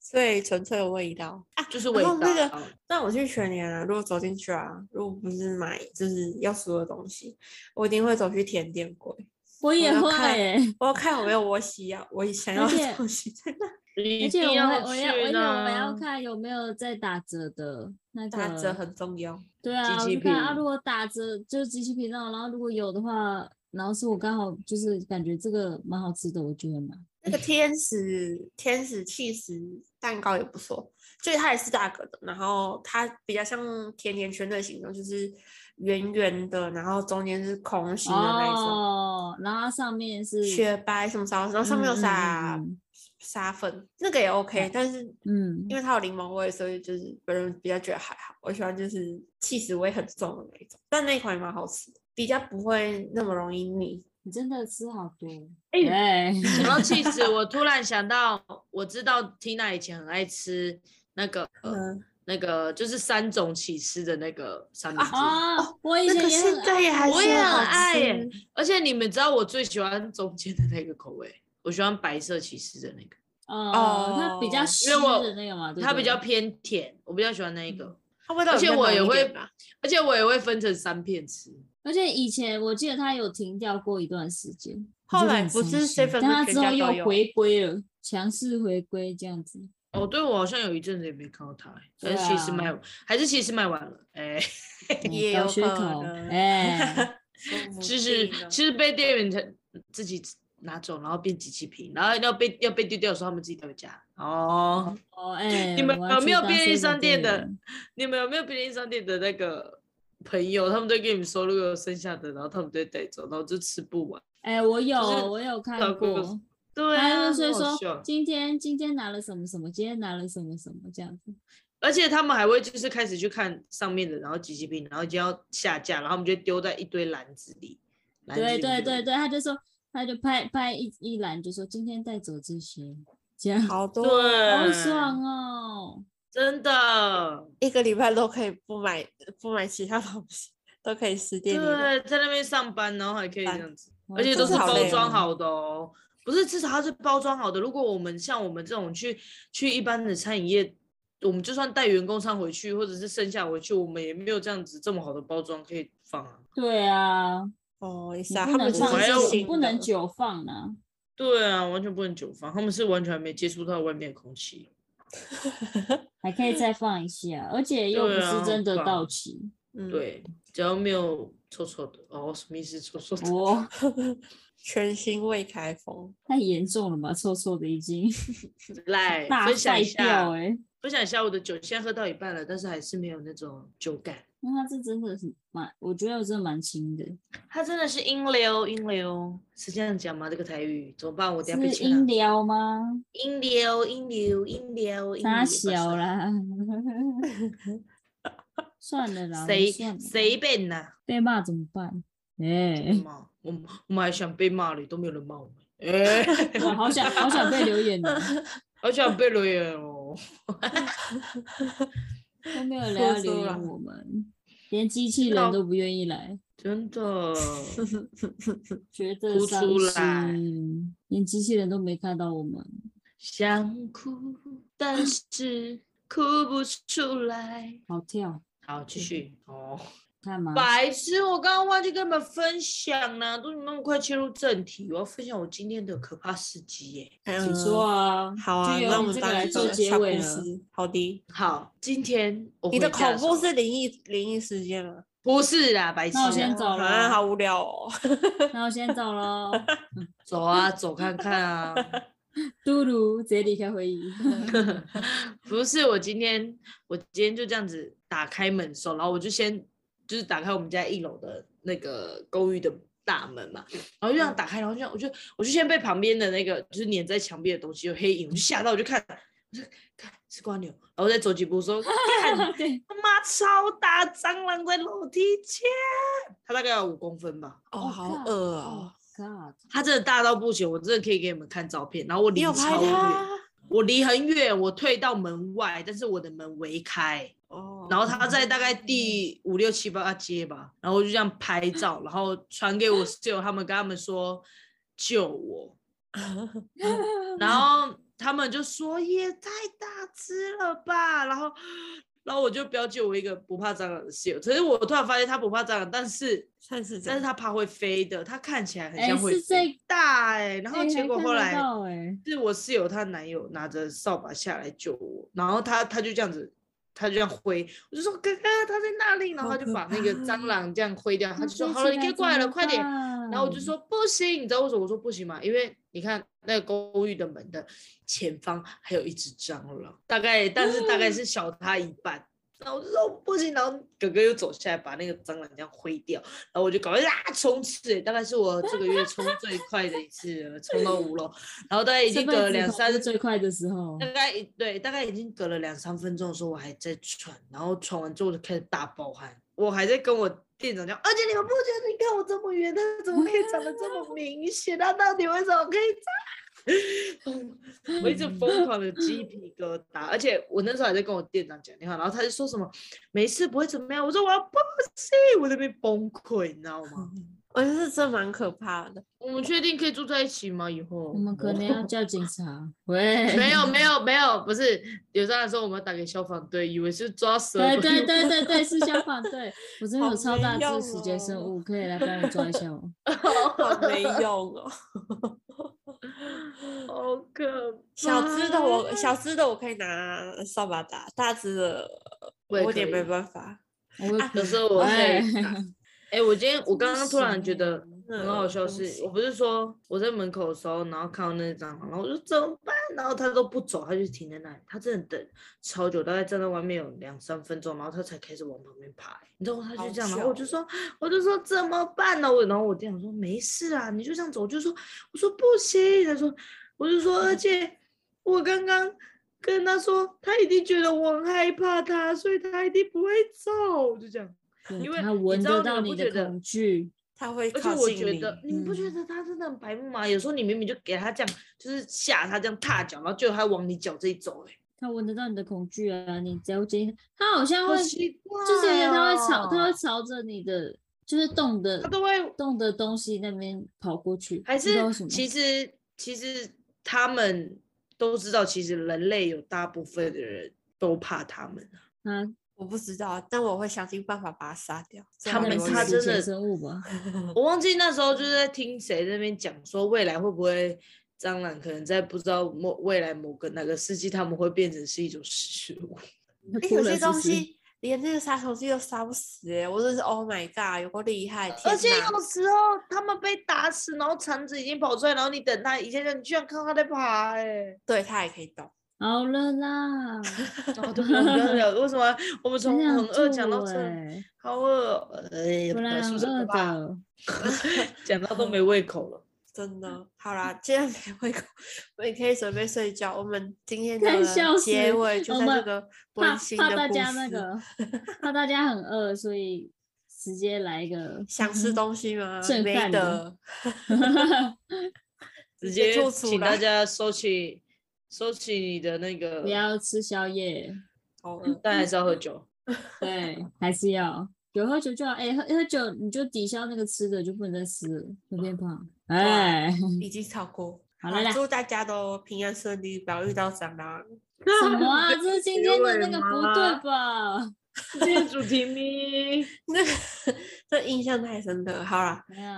S3: 最纯粹的味道啊！
S1: 就是味
S3: 然
S1: 道。
S3: 后那个但我去全年啊，如果走进去啊，如果不是买就是要熟的东西，我一定会走去甜点柜，
S2: 我也
S3: 要
S2: 会
S3: 看
S2: 欸、
S3: 我要看有没有我想要我想要
S2: 且
S3: 的东西在那。
S1: 一
S2: 而且
S1: 定
S2: 我
S1: 要
S2: 还我要
S1: 去
S2: 而且我还要
S1: 呢
S2: 看有没有在打折的那个
S3: 打折很重要，
S2: 对啊，我
S1: 机
S2: 就看啊，
S1: 品
S2: 如果打折就是机器频道，然后如果有的话，然后是我刚好就是感觉这个蛮好吃的，我就会买。
S3: 那个天使天使气死蛋糕也不错，就是它也是大个的，然后它比较像甜甜圈的形状，就是圆圆的，然后中间是空心的那一种，
S2: 哦，然后它上面是
S3: 雪白什么啥，然后上面有
S2: 嗯嗯
S3: 撒
S2: 嗯
S3: 沙粉，那个也 OK，但是
S2: 嗯，
S3: 因为它有柠檬味，所以就是本人比较觉得还好。我喜欢就是气势味很重的那一种，但那一款也蛮好吃的，比较不会那么容易腻。
S2: 你真的吃好多，
S1: 哎
S2: 哎，
S3: <laughs>
S1: 讲到 cheese，我突然想到，我知道 Tina 以前很爱吃那个、
S3: 嗯，
S1: 那个，就是三种起司的那个三明治。
S2: 啊，我以
S3: 哦那
S2: 前
S3: 个
S2: 也
S3: 现
S2: 很
S3: 在也还是
S1: 我也
S3: 好
S1: 很爱耶
S3: 吃
S1: 而且你们知道我最喜欢中间的那个口味，我喜欢白色起司的那个，
S2: 哦，它比较
S3: 哦
S2: 湿
S1: 因为我
S2: 的那个嘛，对不
S1: 它比
S2: 对嗯
S1: 较偏甜，我比较喜欢那一个，
S3: 它味
S1: 而
S3: 道有
S1: 且
S3: 比较
S1: 我
S3: 浓
S1: 也
S3: 一
S1: 会
S3: 点吧
S1: 而且我也会分成三片吃。
S2: 而且以前我记得它有停掉过一段时间，
S3: 后
S2: 我觉得
S3: 来
S2: 很
S3: 不
S2: 伤
S3: 是
S2: 心
S3: 7-Eleven
S2: 但它
S3: 全
S2: 之
S3: 家
S2: 后
S3: 都有
S2: 又回归了，强势回归这样
S3: <laughs>
S2: 子。
S1: 哦，对，我好像有一阵子也没看到它、欸，
S2: 嗯对
S1: 但是其实
S2: 啊
S1: 卖，还是其实卖完了，哎、
S2: 嗯
S3: 也
S2: 搞
S3: 有
S2: 缺
S3: 可
S2: 口
S3: 能 <laughs>
S2: 哎，
S3: 说不
S1: 就是
S3: 定呢
S1: 就是被店员才自己拿走，然后变机器瓶，然后要被要被丢掉的时候，他们自己带回家。哦，
S2: 哦哎，
S1: 你们
S2: 我要
S1: 有
S2: 去
S1: 没有
S2: 当
S1: 便利
S2: 7-Eleven
S1: 商店的
S2: 员？
S1: 你们有没有便利商店的那个朋友？他们都给你们收入有剩下的，然后他们都会带走，然后就吃不完。
S2: 哎，我有
S1: 是
S2: 我有看
S1: 找过
S2: 过，
S1: 对啊，
S2: 他
S1: 很好
S2: 就会说
S1: 笑
S2: 今天今天拿了什么什么，今天拿了什么什么这样子。
S1: 而且他们还会就是开始去看上面的，然后机器瓶，然后就要下架，然后我们就丢在一堆篮子里。篮子
S2: 对
S1: 里
S2: 对
S1: 面
S2: 对对，他就说他就拍拍一一栏就说今天带走这些，这样
S3: 好多哦
S1: 对，
S2: 好爽哦。
S1: 真的。
S3: 一个礼拜都可以不买不买其他东西，都可以吃店里的。
S1: 对，在那边上班，然后还可以这
S3: 班
S1: 样子，
S2: 哇
S1: 而且
S2: 真
S1: 都
S2: 的
S1: 是
S3: 好
S1: 包
S3: 累
S1: 装
S2: 哦
S1: 好的哦，不是至少它是包装好的。如果我们像我们这种去去一般的餐饮业，我们就算带员工餐回去，或者是剩下回去，我们也没有这样子这么好的包装可以放啊。
S2: 对啊，
S3: 哦，也
S2: 你
S3: 是啊，他
S2: 不能
S3: 们就
S2: 放
S1: 还
S3: 是
S1: 要
S2: 这
S3: 新
S2: 种，不能
S3: 的
S2: 久放啊。
S1: 对啊，完全不能久放，他们是完全还没接触到外面的空气。
S2: 还可以再放一下，而且又不
S1: 对啊
S2: 是真的
S1: 放
S2: 到期。
S3: <laughs> 嗯，
S1: 对，只要没有臭臭的，哦，什么意思？臭臭的，
S2: 哦，
S3: <laughs> 全新未开封。
S2: 太严重了吧？臭臭的已经
S1: 来
S2: 大
S1: 分享
S2: 晒
S1: 一下
S2: 掉，哎、
S1: 分享一下我的酒，现在喝到一半了，但是还是没有那种酒感。
S2: 那它这真的是蛮，我觉得真的蛮轻的，
S1: 它真的是音流，音流是这样讲吗？这个台语怎么办？我等下被
S2: 是
S1: 呛啊
S2: 音疗吗？
S1: 音流，音流，音流，音
S2: 它
S1: 流
S2: 小。啦， <laughs> 算了啦，
S1: 哇
S2: 我
S1: 塞谁
S2: 算了
S1: 谁变呐？
S2: 被骂怎么办？哎、
S1: <laughs> 骂我们，我们还想被骂嘞，都没有人骂我们。哎、
S2: <laughs> 我好想好想被留言哦，
S1: 好想被留言哦。
S2: 都没有人要
S3: 说
S2: 留
S3: 出来
S2: 言我们，连机器
S1: 那
S2: 人都不愿意来，
S1: 真的，
S2: <laughs> 觉得
S1: 哭
S2: 伤
S1: 出来
S2: 心，连机器人都没看到我们。
S1: 想哭，但是哭不出来。
S2: 好跳，
S1: 好，继续
S2: 嗯
S1: 哦。
S2: 看嘛，
S1: 白痴，我刚刚忘记跟你们分享了、都你们那么快切入正题，我要分享我今天的可怕事迹耶。
S2: 你说啊，
S3: 好啊，
S2: 就由
S3: 那我
S2: 你
S3: 们
S2: 这
S3: 当
S2: 个来
S3: 一
S2: 做
S3: 个
S2: 结
S3: 小故
S2: 尾了。
S3: 事，好的。
S1: 好，今天我
S3: 你的
S1: 回家
S3: 恐
S1: 时
S3: 怖
S1: 候
S3: 是灵异灵异事件吗？
S1: 不是啦，白痴
S2: 那
S1: 啊，
S2: 我先走了
S3: 啊，好无聊哦。
S2: 那我先走
S1: <laughs>
S2: 喽，
S1: 走啊，走看看啊。 <laughs>
S2: 嘟噜直接离开回忆。
S1: 不是，我今天我今天就这样子打开门手，然后我就先就是打开我们家一楼的那个公寓的大门嘛，然后就这样
S3: 嗯
S1: 打开，然后就我就我就先被旁边的那个就是粘在墙壁的东西有黑影，我就吓到，我就看，我就看是瓜牛，然后再走几步说，
S3: <laughs>
S1: 干
S2: 对，
S1: 他妈超大蟑螂在楼梯间，它大概有五公分吧，
S3: 哦，
S2: 我
S3: 好
S2: 靠
S3: 恶
S2: 哦
S3: 哦。
S2: God，
S1: 它真的大到不行，我真的可以给你们看照片。然后我
S3: 你
S1: 离
S3: 有拍
S1: 超远，
S3: 它？
S1: 我离很远，我退到门外，但是我的门围开，
S3: 哦，
S1: 然后它在大概第五六七八街吧，然后我就这样拍照，然后传给我室友，他们跟他们说救我，
S2: 嗯
S1: <laughs> 然后他们就说也太大只了吧，然后然后我就标记我一个不怕蟑螂的室友，可是我突然发现他不怕蟑螂，但是
S3: 算是这
S1: 但是
S3: 样。
S1: 它怕会飞的，它看起来很
S2: 哎
S1: 像会
S2: 是
S1: 飞
S2: 这
S1: 大哎、然后
S2: 哎
S1: 结
S2: 还
S1: 果
S2: 看
S1: 后
S2: 得
S1: 来
S2: 到哎
S1: 是我室友她男友拿着扫把下来救我，然后他他就这样子，他就这样挥，我就说哥哥他在那里，然后
S3: 好
S1: 他就
S3: 可
S1: 把那个
S3: 怕
S1: 蟑螂这样挥掉，他
S2: 那
S1: 就说
S2: 飞
S1: 好
S2: 起
S1: 了，你可以
S2: 来
S1: 过来
S2: 怎
S1: 了，
S2: 么
S1: 快点。然后我就
S2: 办，
S1: 说不行，你知道为什么我说不行吗？因为你看那个公寓的门的前方还有一只蟑螂，大概但是大概是小它一半，然后我就说不行，然后哥哥又走下来把那个蟑螂这样挥掉，然后我就赶快啦冲刺、欸大概是我这个月冲最快的一次了，冲到五楼，然后大概已
S2: 这
S1: 经
S2: 辈
S1: 隔了
S2: 子
S1: 两
S2: 头
S1: 三
S2: 是最快的时候
S1: 大，概对，大概已经隔了两三分钟的时候，我还在喘，然后喘完之后我就开始大爆汗，我还在跟我店长讲，而且你们不觉得你看我这么远，它怎么可以长得这么明显？它到底为什么可以这样？我一直疯狂的鸡皮疙瘩，而且我那时候还在跟我店长讲电话，然后他就说什么没事不会怎么样，我说我要不行，我在那边崩溃，你知道吗？
S2: 嗯
S3: 我觉得这蛮可怕 <laughs> 的。
S1: 我们确定可以住在一起吗？以后
S2: 我们可能要叫警察。喂，
S1: 没有没有没有，不是有上来说我们要打给消防队，以为是抓蛇。
S2: 对对对对对，是消防队。我这边
S3: 好
S2: 有超
S3: 没
S2: 大
S3: 用
S2: 只时间生
S3: 哦
S2: 物，可以来帮我抓一下我。
S3: 好没用哦。
S1: <laughs> 好可怕。
S3: 小只的我，小只的我可以拿扫把打，大只的
S1: 我也
S3: 有点
S1: 可以
S3: 没办法。
S2: 我
S1: 有
S2: 会
S1: 时候我会，
S2: 哎
S1: 哎、
S3: <laughs>
S1: 我今天我刚刚突然觉得很
S3: 很
S1: 好笑是，我不是说我在门口的时候，然后看到那蟑螂，然后我说怎么办？然后他都不走，他就停在那里，他真的等超久，大概站在外面有两三分钟，然后他才开始往旁边爬、欸你知道吗？他
S3: 好
S1: 就这样，然后我就
S2: 哦
S3: 巧
S1: 说，我就说怎么办呢？我然后我店长说没事啊，你就这样走，我就说我说不行，他说我就说，而且我刚刚。跟他说，他一定觉得我很害怕他，所以他一定不会走，就这样。
S2: 对
S1: 因为
S2: 他
S1: 你
S2: 闻
S1: 知
S2: 得
S1: 道
S2: 到
S1: 你
S2: 你
S1: 们不
S2: 的
S1: 觉得
S2: 恐惧，
S3: 他会
S1: 而且
S3: 靠
S1: 我
S3: 近
S1: 觉
S3: 你。
S1: 得，你们不觉
S2: 嗯
S1: 得他真的很白目吗？有时候你明明就给他这样，就是吓他这样踏脚，然后就他往你脚这一走、欸，
S2: 他闻得到你的恐惧啊！你只要接近他，他好像
S1: 好
S2: 会，
S1: 奇怪、哦
S2: 就是有点他会朝，他会，朝着你的就是动的
S1: 他都会，
S2: 动的东西那边跑过去，
S1: 还
S2: 不知
S1: 是
S2: 道为什么
S1: 其实其实他们都知道，其实人类有大部分的人都怕他们，啊
S2: 他
S3: 我不知道，但我会想尽办法把它杀掉。这
S1: 他
S3: 样
S1: 们
S3: 我
S2: 是
S1: 他
S3: 也
S1: 真
S2: 食
S1: 的
S2: 血生物吧？
S1: 我忘记那时候就是在听谁那边讲说，未来会不会蟑螂可能在不知道某未来某个哪个世纪，他们会变成是一种食物。
S3: 哎
S2: 哭
S3: 有
S2: 了
S3: 些
S2: 是
S3: 东
S2: 不是
S3: 西连那个杀虫剂都杀不死、欸，我真是 Oh my God，有够厉害！
S1: 而
S3: 天
S1: 且
S3: 哪
S1: 有时候他们被打死，然后肠子已经跑出来，然后你等它一下下，你居然看到它在爬、欸，
S3: 对它也可以动，
S2: 好了啦，
S1: 哎，然后都不要聊为什么我们从
S2: 很想
S1: 很饿讲到
S2: 吐
S1: 这，
S2: 欸
S1: 好饿哦，哎，
S2: 不
S1: 来
S2: 然
S1: 宿
S2: 很
S1: 舍
S2: 饿
S1: 吧，
S2: 的。嗯
S1: 讲到都没胃口了。
S3: 真的。好啦，既然 <laughs> 没胃口，我也可以准备睡觉。我们今天
S2: 快
S3: 的
S2: 笑死
S3: 结尾就
S2: 我
S3: 在这
S2: 们
S3: 个
S2: 怕
S3: 温馨
S2: 怕
S3: 的
S2: 大
S3: 故
S2: 家那
S3: 事
S2: 个，怕大家很饿，所以直接来一个
S3: 想吃东西吗？
S2: 剩
S3: 没
S2: 饭的
S3: <laughs> 得，
S1: 直
S3: 直接
S1: 接
S3: 吐出
S1: 请大
S3: 来
S1: 家收起收起你的那个
S2: 不，要吃宵夜，
S3: 好
S2: 嗯
S3: 饿。
S1: 但还是要喝酒。
S2: 对，还是要有喝酒就好。哎、喝喝酒你就抵消那个吃的，就不能再吃了，会变胖。哎、
S3: 已经超过。
S2: 好了啦
S3: 祝大家都平安顺利，不要遇到蟑螂。
S2: <laughs> 什么啊？这是今天的那个不
S1: 结尾
S2: 对
S1: 吗
S2: 吧？
S1: 今天主题咪，
S3: 那个 <laughs> 这印象太深刻。好啦，
S2: 没有，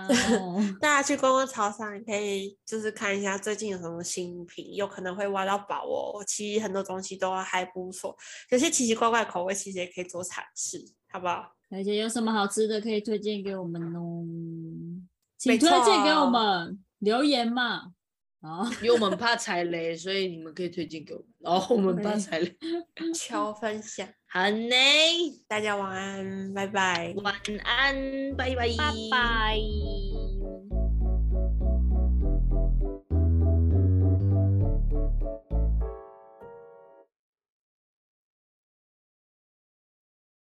S3: 大家去逛逛超商，你可以就是看一下最近有什么新品，有可能会挖到宝哦。其实很多东西都还不错，有些奇奇怪怪的口味其实也可以做尝试，好不好？
S2: 而且有什么好吃的可以推荐给我们哦？请
S3: 没
S2: 推荐给我
S3: 错
S2: 们留言嘛。好，
S1: 因为我们怕踩雷，所以你们可以推荐给我们。然后我们怕
S2: 对
S1: 踩雷，
S3: 求分享，
S1: 好呢，
S3: 大家晚安，拜拜。
S1: 晚安，拜拜，
S5: 拜拜。